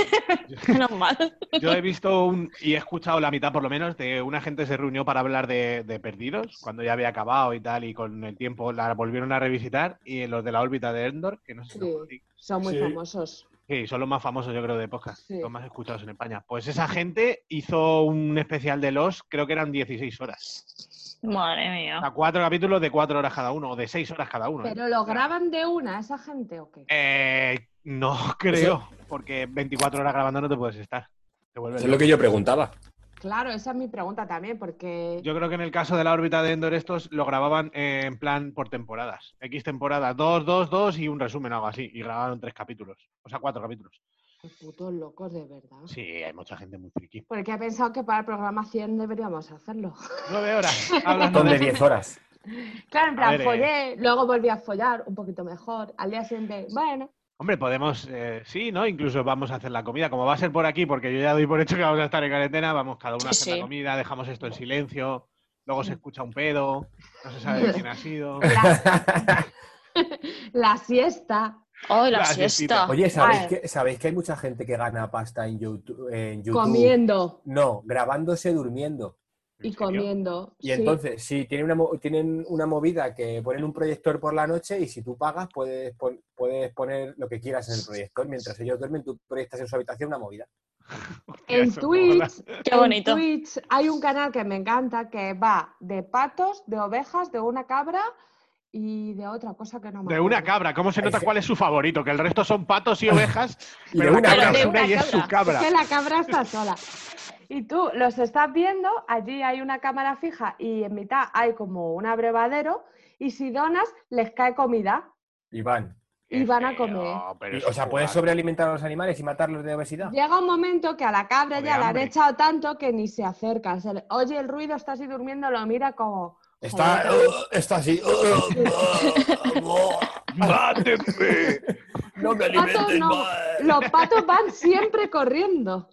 S6: Menos mal.
S4: Yo he visto un, y he escuchado la mitad por lo menos de una gente se reunió para hablar de, de Perdidos cuando ya había acabado y tal y con el tiempo la volvieron a revisitar y los de la órbita de Endor que no sé si lo
S5: Sí, son muy
S7: Sí.
S5: famosos.
S4: Sí, son los más famosos, yo creo, de podcast,
S5: Sí.
S4: los más escuchados en España. Pues esa gente hizo un especial de los, creo que eran 16 horas.
S6: Madre
S4: O
S6: mía.
S4: sea, cuatro capítulos de cuatro horas cada uno, o de seis horas cada uno. ¿eh?
S5: ¿Pero lo graban de una esa gente o qué?
S4: Eh, no creo, porque 24 horas grabando no te puedes estar. Te vuelves
S10: Eso es lo que yo preguntaba.
S5: Claro, esa es mi pregunta también, porque...
S4: Yo creo que en el caso de la órbita de Endor, estos lo grababan eh, en plan por temporadas. X temporadas, dos, dos, dos y un resumen, algo así. Y grabaron tres capítulos. O sea, cuatro capítulos.
S5: Qué Putos locos, de verdad.
S4: Sí, hay mucha gente muy friki.
S5: Porque he pensado que para el programa 100 deberíamos hacerlo.
S4: Nueve horas. hablando
S7: Son de
S4: de...
S7: diez horas.
S5: Claro, en plan,
S4: ver, eh.
S5: follé, luego volví a follar un poquito mejor. Al día siguiente, bueno,
S4: Hombre, podemos, eh, sí, ¿no? Incluso vamos a hacer la comida. Como va a ser por aquí, porque yo ya doy por hecho que vamos a estar en cuarentena, vamos cada uno a
S6: Sí,
S4: hacer la
S6: sí.
S4: comida, dejamos esto en silencio, luego se escucha un pedo, no se sabe quién ha sido.
S5: la, la siesta,
S6: Hoy la,
S4: La siestita.
S6: siesta.
S7: Oye, ¿sabéis
S5: Vale.
S7: que, ¿sabéis que hay mucha gente que gana pasta en YouTube? En YouTube?
S5: comiendo
S7: No, grabándose durmiendo.
S5: y
S4: ¿En serio?
S5: comiendo.
S7: Y
S5: sí.
S7: entonces, sí, tienen una, mo- tienen una movida que ponen un proyector por la noche y si tú pagas puedes, pon- puedes poner lo que quieras en el proyector. Mientras ellos duermen, tú proyectas en su habitación una movida.
S4: Hostia,
S5: en
S4: eso mola.
S5: Twitch,
S6: Qué
S5: en
S6: bonito.
S5: Twitch hay un canal que me encanta que va de patos, de ovejas, de una cabra y de otra cosa que no me
S4: De una
S5: acuerdo.
S4: cabra, ¿cómo se nota
S7: Hay
S4: cuál es su favorito? Que el resto son patos y ovejas,
S7: Y
S4: pero la
S7: de una
S4: cabra
S7: cabra.
S4: es
S6: Pero de
S4: una y
S6: una
S4: es su
S6: cabra.
S4: cabra.
S5: que la cabra está sola. Y tú los estás viendo, allí hay una cámara fija y en mitad hay como un abrevadero y si donas les cae comida.
S7: Iván.
S5: y van a comer.
S4: pero
S7: Y,
S4: eso
S7: o sea,
S4: es
S7: ¿puedes
S4: jugar.
S7: sobrealimentar a los animales y matarlos de obesidad?
S5: Llega un momento que a la cabra
S4: O de
S5: ya la han
S4: hambre.
S5: echado tanto que ni se acerca. Se le- oye el ruido, está así durmiendo, lo mira como...
S10: Está,
S5: "Joder".
S10: está así.
S4: ¡Máteme!
S10: no me
S5: Los patos
S10: alimentes
S5: no,
S10: más.
S5: los patos van siempre corriendo.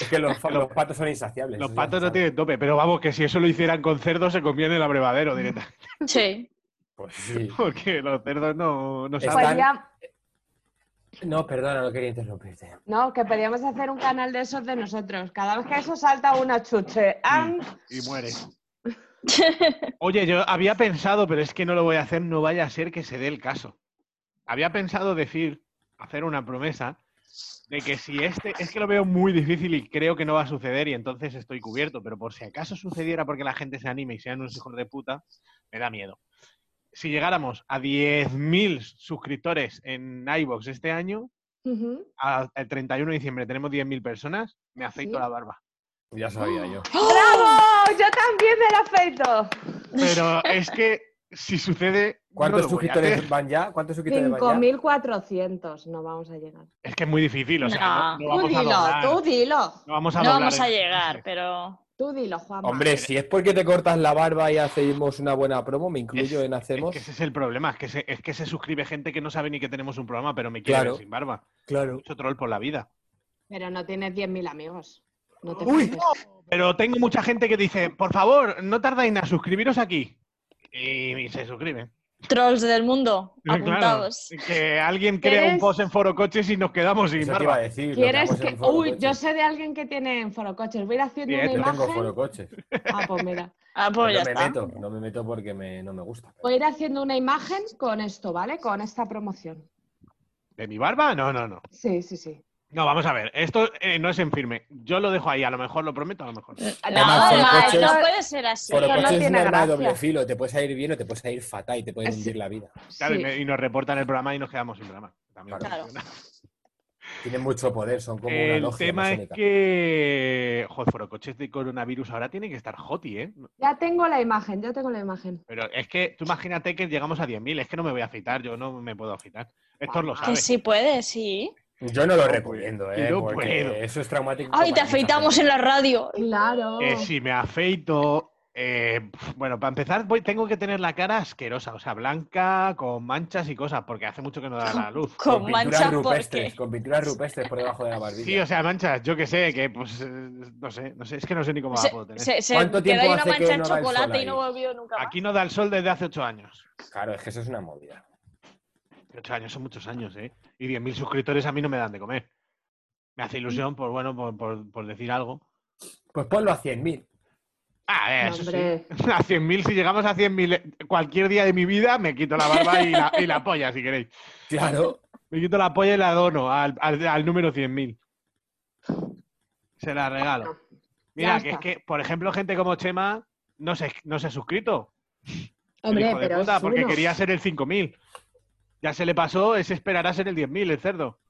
S7: Es que los, fa- los patos son insaciables.
S4: Los
S7: eso ya
S4: patos
S7: se
S4: no
S7: sabe.
S4: tienen tope, pero vamos, que si eso lo hicieran con cerdos se comían el abrevadero directa.
S6: Sí.
S7: Pues sí.
S4: Porque los cerdos no, no
S7: Está-
S4: saben.
S5: Pues ya-
S7: No, perdona, no quería interrumpirte.
S5: no, que podíamos hacer un canal de esos de nosotros. Cada vez que eso salta una chuche. ¡am!
S4: y muere. Oye, yo había pensado, pero es que no lo voy a hacer, no vaya a ser que se dé el caso. Había pensado decir, hacer una promesa de que si este, es que lo veo muy difícil y creo que no va a suceder y entonces estoy cubierto, pero por si acaso sucediera porque la gente se anime y sean unos hijos de puta, me da miedo. Si llegáramos a 10.000 suscriptores en iVoox este año,
S5: Ujú.
S4: a- el 31 de diciembre tenemos 10.000 personas, me aceito
S5: ¿Sí?
S4: la barba.
S7: Ya sabía yo.
S5: ¡Bravo! Yo también me lo afeito.
S4: Pero es que si sucede. no
S7: ¿Cuántos
S4: lo voy a
S7: suscriptores
S4: hacer.
S7: van ya? ¿Cuántos suscriptores van ya?
S5: 5.400 no vamos a llegar.
S4: Es que es muy difícil, o sea, no, no
S6: No.
S5: Tú
S4: vamos a
S5: dilo,
S4: doblar.
S5: tú dilo.
S4: No vamos a,
S6: No
S4: doblar
S6: vamos a
S4: el-
S6: llegar, pero.
S5: Tú dilo, Juanma.
S7: Hombre, si es porque te cortas la barba y hacemos una buena promo, me incluyo en
S4: Es
S7: hacemos.
S4: que ese es el problema, es que, se, es que se suscribe gente que no sabe ni que tenemos un programa, pero me quiere
S7: Claro.
S4: ver sin barba.
S7: Claro.
S4: Mucho troll por la vida.
S5: Pero no tienes 10.000 amigos. No te
S4: Uy,
S5: preocupes.
S4: Pero tengo mucha gente que dice, por favor, no tardáis en suscribiros aquí. Y, y se suscriben.
S6: Trolls del mundo,
S4: Claro,
S6: apuntaos.
S4: que alguien crea un
S5: ¿Eres-
S4: post en Foro Coches y nos quedamos sin
S7: Eso te iba a
S4: barba.
S7: decir. lo
S5: ¿Quieres
S7: hagamos en
S5: que.?
S7: Foro
S5: Uy,
S7: Coches.
S5: yo sé de alguien que tiene en foro coches. Voy a ir haciendo
S4: Bien,
S5: una
S4: yo
S7: Yo tengo
S5: imagen.
S7: foro coches.
S5: Ah, pues mira.
S6: Ah,
S7: No
S6: pues ya
S7: me
S6: está.
S7: meto, no me meto porque me- no me gusta.
S5: Voy a ir haciendo una imagen con esto, ¿vale? Con esta promoción.
S4: ¿De mi barba? No, no, no.
S5: Sí, sí, sí.
S4: No, vamos a ver. Esto eh, no es en firme. Yo lo dejo ahí. A lo mejor lo prometo, a lo mejor. no.
S6: No,
S7: Además,
S6: no,
S7: Forocoches-
S6: no puede ser así.
S7: Foro
S5: no
S7: coches es un
S5: tiene
S7: arma de
S5: gracia.
S7: doble filo. Te puedes ir bien o te puedes ir fatal y te puedes
S5: Sí.
S7: hundir la vida.
S4: Claro, y,
S5: Sí.
S4: me- y nos reportan el programa y nos quedamos sin programa. También
S7: Claro.
S4: funciona.
S7: Tienen mucho poder, son como una
S4: El
S7: logia
S4: tema
S7: masónica.
S4: es que. Joder, forocoches de coronavirus ahora tiene que estar hoti, ¿eh?
S5: Ya tengo la imagen, yo tengo la imagen.
S4: Pero es que tú imagínate que llegamos a 10.000. Es que no me voy a afeitar, yo no me puedo afeitar. Héctor lo
S6: Ah, Que
S4: sabe.
S6: sí puede, sí.
S7: Yo no lo
S4: No
S7: recomiendo,
S4: puedo.
S7: ¿eh?
S4: No
S7: porque
S4: puedo.
S7: Eso es traumático.
S6: ¡Ay, te
S7: para mucha
S6: afeitamos en la radio!
S5: Claro.
S4: Eh, si me afeito. eh, bueno, para empezar, voy, tengo que tener la cara asquerosa, o sea, blanca, con manchas y cosas, porque hace mucho que no da la luz.
S7: gente.
S6: Con manchas
S7: pinturas rupestres,
S6: porque...
S7: Con pinturas rupestres por debajo de la barbilla.
S4: Sí, o sea, manchas, yo que sé, que pues. eh, No sé, no sé, es que no sé ni cómo la
S6: Se,
S4: puedo tener.
S6: se, se
S7: ¿Cuánto
S6: quedó ahí
S7: tiempo
S6: una
S7: hace que
S6: mancha en
S7: no da el sol
S6: chocolate y
S7: ahí?
S6: no volvió nunca más.
S4: Aquí no da el sol desde hace 8 años.
S7: Claro, es que eso es una movida.
S4: 8 años son muchos años, ¿eh? Y 10.000 suscriptores a mí no me dan de comer. Me hace ilusión, por bueno, por, por- por decir algo.
S7: Pues ponlo a 100.000.
S4: Ah, eh, eso sí.
S5: Hombre.
S4: A 100.000, si llegamos a 100.000 eh, cualquier día de mi vida, me quito la barba y la, y la polla, si queréis.
S7: Claro.
S4: Me quito la polla y la dono al, al- al número 100.000. Se la regalo. Mira,
S5: Ya
S4: que es
S5: está.
S4: que, por ejemplo, gente como Chema no se, no se ha suscrito. el
S5: Hombre,
S4: hijo de
S5: pero.
S4: puta,
S5: es
S4: porque
S5: uno.
S4: quería ser el 5.000. Ya se le pasó, ese esperará ser el 10.000, el cerdo.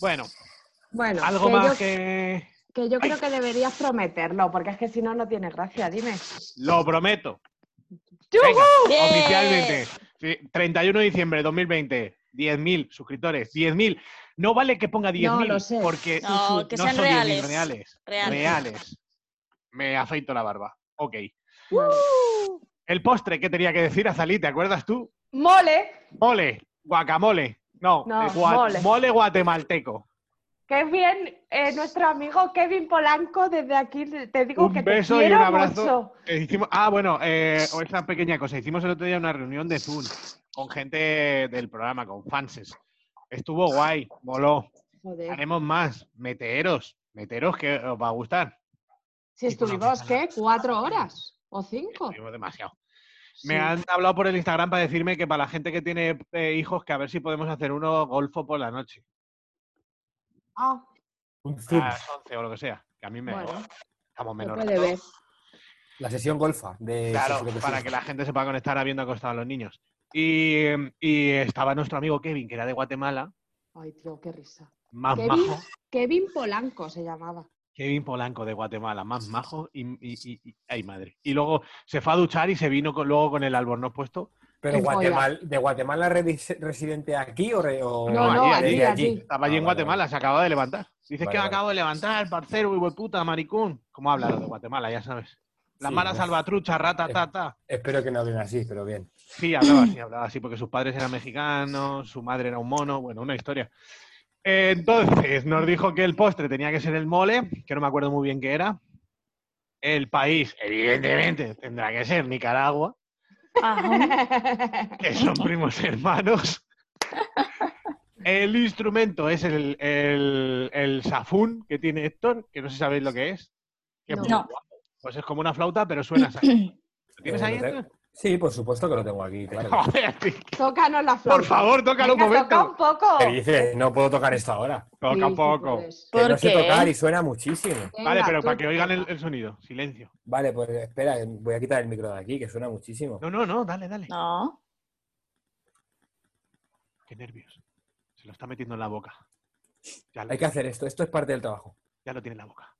S4: Bueno,
S5: Bueno,
S4: algo
S5: que
S4: más
S5: yo,
S4: que...
S5: que yo creo que deberías prometerlo, porque es que si no, no tiene gracia, dime.
S4: Lo prometo.
S5: ¡Yujú!
S4: Venga,
S6: ¡Bien!
S4: oficialmente. Sí, 31 de diciembre de 2020. 10.000 suscriptores. 10.000. No vale que ponga 10.000
S5: lo sé.
S4: porque
S6: No,
S4: usu,
S6: que
S4: no
S6: sean
S4: son 10.000
S6: reales.
S4: reales.
S6: Reales.
S4: Reales. Me afeito la barba. Ok. El postre que tenía que decir, Azalí, ¿te acuerdas tú?
S5: Mole,
S4: Mole, guacamole. No,
S5: No,
S4: eh, gua-
S5: mole.
S4: mole guatemalteco.
S5: que bien eh, nuestro amigo Kevin Polanco, desde aquí te digo
S4: Un
S5: que
S4: beso y
S5: te
S4: un
S5: quiero
S4: abrazo.
S5: mucho.
S4: Eh, hicimos, ah, bueno, eh, o esa pequeña cosa. Hicimos el otro día una reunión de Zoom con gente del programa, con fanses. Estuvo guay, moló.
S5: Joder.
S4: Haremos más. Meteros. Meteros que os va a gustar.
S5: Si
S4: Y con
S5: estuvimos,
S4: la-
S5: ¿qué? ¿Cuatro horas? ¿O cinco?
S4: Estuvimos demasiado. Me han hablado por el Instagram para decirme que para la gente que tiene eh, hijos, que a ver si podemos hacer uno golfo por la noche.
S5: Ah,
S7: Un
S4: A
S7: zoom.
S4: las 11 o lo que sea. Que a mí me.
S5: bueno,
S4: estamos
S5: se
S4: menos.
S5: puede ver.
S7: La sesión golfa. De
S4: Claro,
S7: Sexo
S4: para
S7: Locución.
S4: que la gente se pueda conectar habiendo acostado a los niños. Y, y estaba nuestro amigo Kevin, que era de Guatemala,
S5: Ay, tío, qué risa.
S4: más
S5: Kevin.
S4: Ah, majo.
S5: Kevin Polanco se llamaba.
S4: Kevin Polanco de Guatemala, más majo y, y- y- y- ay madre. Y luego se fue a duchar y se vino con- luego con el albornoz puesto.
S7: Pero
S5: Qué joya.
S7: Guatemala, ¿de Guatemala redi- residente aquí o, re- o-
S5: No,
S4: no, allí,
S7: desde
S5: allí, allí.
S4: Estaba allí
S7: Ah,
S4: en
S7: vale, vale.
S4: Guatemala, se acaba de levantar. Dices
S7: Vale,
S4: que me
S7: vale.
S4: acabo de levantar, parcero, hijo de puta, maricón. ¿Cómo habla lo de Guatemala? Ya sabes. La
S7: Sí,
S4: mala
S7: pues.
S4: salvatrucha, rata, ta, ta.
S7: Espero que no hablen así, pero bien.
S4: Sí, hablaba así, hablaba así, porque sus padres eran mexicanos, su madre era un mono, bueno, una historia. Entonces, nos dijo que el postre tenía que ser el mole, que no me acuerdo muy bien qué era. El país, evidentemente, tendrá que ser Nicaragua.
S6: Ajá.
S4: que son primos hermanos. El instrumento es el, el, el safún que tiene Héctor, que no sé si sabéis lo que es. Que es muy
S6: No.
S4: guapo. Pues es como una flauta, pero suena así. ¿Lo tienes
S7: Eh,
S4: ahí, Oh.
S7: lo te-
S4: Héctor?
S7: Sí, por supuesto que lo tengo aquí, claro.
S4: Joder, tío.
S5: Tócanos la flauta.
S4: Por favor, tócalo un
S5: Venga, toca
S4: momento.
S5: un poco.
S7: ¿Qué dices? No puedo tocar esto ahora.
S5: Sí,
S4: Toca
S5: sí
S4: un poco.
S5: puedes.
S7: Que no
S6: ¿Por
S7: sé tocar y
S6: qué?
S7: suena muchísimo.
S4: Vale,
S5: Venga,
S4: pero
S5: tú
S4: para que oigan el,
S5: toca.
S4: el sonido. Silencio.
S7: Vale, pues espera, voy a quitar el micro de aquí, que suena muchísimo.
S4: No, no, no, dale, dale.
S6: No.
S4: Qué nervios. Se lo está metiendo en la boca. Ya lo,
S7: Hay que hacer esto, esto es parte del trabajo.
S4: ya lo tiene en la boca.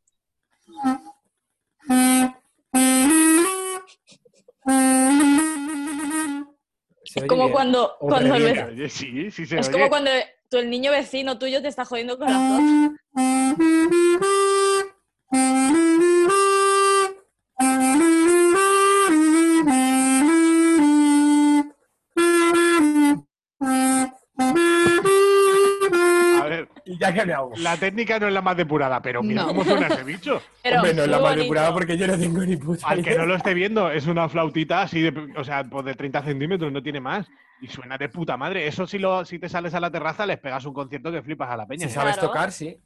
S7: Se oye
S6: Como
S7: bien.
S6: cuando,
S7: O
S6: cuando el
S7: revira.
S6: vec-
S4: Oye, sí, sí se
S6: es
S4: oye.
S6: como cuando tú, el niño vecino tuyo te está jodiendo con la flor.
S4: A ver,
S7: Y ya que me hago.
S4: la técnica no es la más depurada, pero mira
S5: No.
S4: cómo suena ese bicho.
S6: Pero
S7: Hombre, no es la
S6: muy
S7: más
S6: bonito.
S7: depurada porque yo no tengo ni puta
S4: Al que
S7: idea.
S4: no lo esté viendo, es una flautita así de, o sea, pues de 30 centímetros, no tiene más. Y suena de puta madre. Eso si, lo, si te sales a la terraza, les pegas un concierto que flipas a la peña.
S7: Si
S4: ¿eh?
S7: sabes
S6: Claro.
S7: tocar, sí.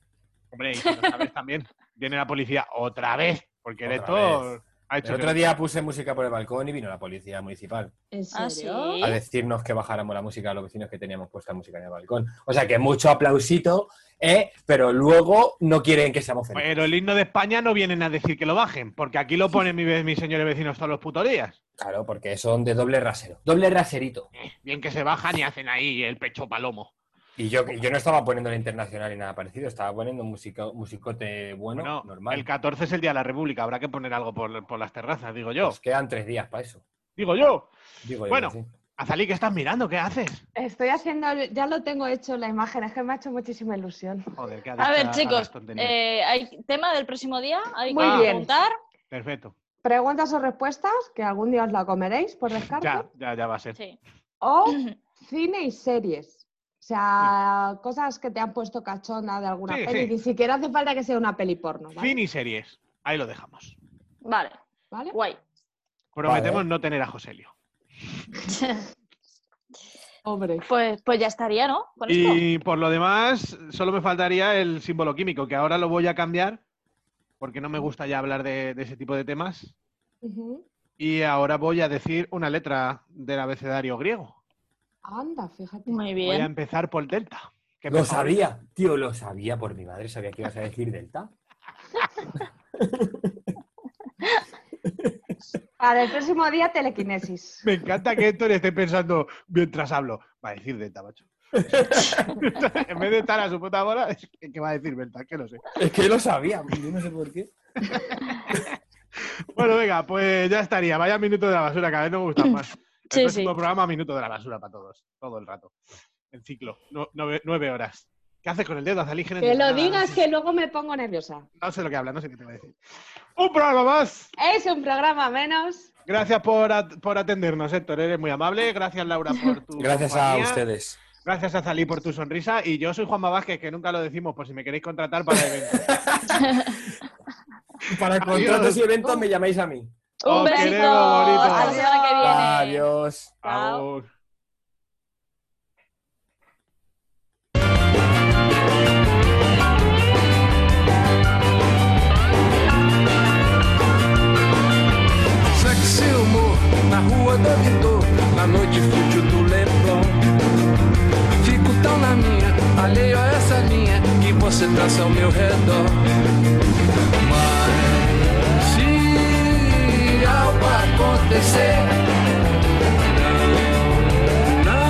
S4: Hombre, y si lo sabes también, viene la policía otra vez, porque el
S7: Otra
S4: Héctor ha hecho...
S7: El
S4: que-
S7: otro día puse música por el balcón y vino la policía municipal
S5: ¿En
S6: Ah,
S5: serio?
S6: sí.
S7: a decirnos que bajáramos la música a los vecinos que teníamos puesta música en el balcón. O sea que mucho aplausito, ¿eh? pero luego no quieren que seamos felices.
S4: Pero el himno de España no vienen a decir que lo bajen, porque aquí lo ponen mi- mis, señores vecinos todos los putos días.
S7: Claro, porque son de doble rasero. Doble raserito.
S4: Bien que se bajan y hacen ahí el pecho palomo.
S7: Y yo, yo no estaba poniendo la internacional ni nada parecido, estaba poniendo música musicote bueno,
S4: Bueno,
S7: normal.
S4: el 14 es el Día de la República, habrá que poner algo por, por las terrazas, digo yo.
S7: Nos quedan tres días para eso.
S4: Digo yo.
S7: Digo yo,
S4: Bueno.
S7: sí.
S4: Azalí, ¿qué estás mirando? ¿Qué haces?
S5: Estoy haciendo, ya lo tengo hecho la imagen, es que me ha hecho muchísima ilusión.
S4: Joder, ¿qué
S6: A ver,
S4: adicta
S6: chicos,
S4: las tonterías.
S6: eh, hay tema del próximo día, hay
S5: Muy
S6: que
S5: bien.
S6: preguntar.
S4: Perfecto.
S5: Preguntas o respuestas, que algún día os la comeréis por descarte.
S4: Ya, ya, ya va a ser.
S6: Sí.
S5: O cine y series. O sea, cosas que te han puesto cachona de alguna
S4: Sí,
S5: peli.
S4: sí.
S5: Ni siquiera hace falta que sea una peli porno. ¿vale?
S4: Fin y series. Ahí lo dejamos.
S6: Vale,
S5: ¿Vale?
S6: guay.
S4: Prometemos no tener a Joselio.
S5: Hombre.
S6: Pues, pues ya estaría, ¿no? Con esto.
S4: Y por lo demás, solo me faltaría el símbolo químico, que ahora lo voy a cambiar porque no me gusta ya hablar de, de ese tipo de temas.
S5: Ujú.
S4: Y ahora voy a decir una letra del abecedario griego.
S5: Anda, fíjate.
S6: Muy
S4: Voy a
S6: bien.
S4: empezar por delta. que
S7: Lo
S4: me favorece.
S7: sabía, tío, lo sabía por mi madre, sabía que ibas a decir Delta.
S5: Para el próximo día, telequinesis.
S4: Me encanta que Héctor esté pensando mientras hablo. Va a decir delta, macho. en vez de estar a su puta bola, es que- ¿qué va a decir delta? Que lo sé.
S7: Es que lo sabía, yo no sé por qué.
S4: Bueno, venga, pues ya estaría. Vaya minuto de la basura, cada vez no me gusta más. El
S6: Sí,
S4: próximo
S6: sí.
S4: programa, minuto de la basura para todos, todo el rato. En ciclo, no- nueve, nueve horas. ¿Qué haces con el dedo? Haz alígenes
S5: Que
S4: de
S5: lo
S4: nada, no
S5: digas,
S4: sé-
S5: que luego me pongo nerviosa.
S4: No sé lo que habla, no sé qué te voy a decir. ¡Un programa más!
S5: Es un programa menos.
S4: Gracias por, at- por atendernos, Héctor. Eres muy amable. Gracias, Laura, por tu
S10: Gracias a
S4: compañía.
S10: ustedes.
S4: Gracias, Azalí, por tu sonrisa. Y yo soy Juanma Vázquez, que nunca lo decimos, por si me queréis contratar para eventos.
S7: Y para
S4: Adiós.
S7: contratos y eventos me llamáis a mí.
S6: Un
S4: Os
S6: besito.
S4: queremos, bonitos.
S6: Hasta la semana que viene.
S7: Adiós.
S6: Chao.
S4: Agur.
S1: Sexy humor na rua do Vitor, na noite fútil do Leblon. Fico tão na minha, alheio a essa linha que você traça ao meu redor. Mas se algo acontecer, não,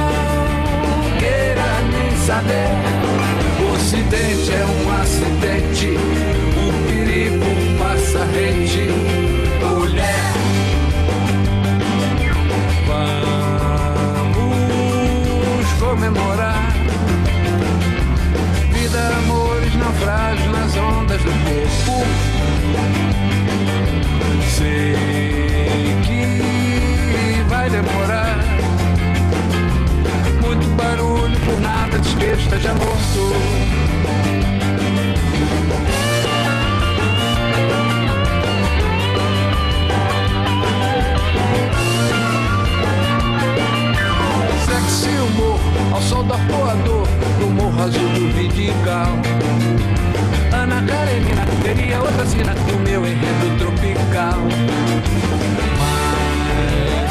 S1: não queira nem saber. O ocidente é um acidente, o perigo passa rente. Mulher. Vamos comemorar Vida, amores, naufrágios nas ondas do corpo Sei que vai demorar Muito barulho por nada, despejo esteja morto Sexy humor ao sol do arpoador No morro azul do Vidigal Ana Karenina teria outra sina No meu enredo tropical Mas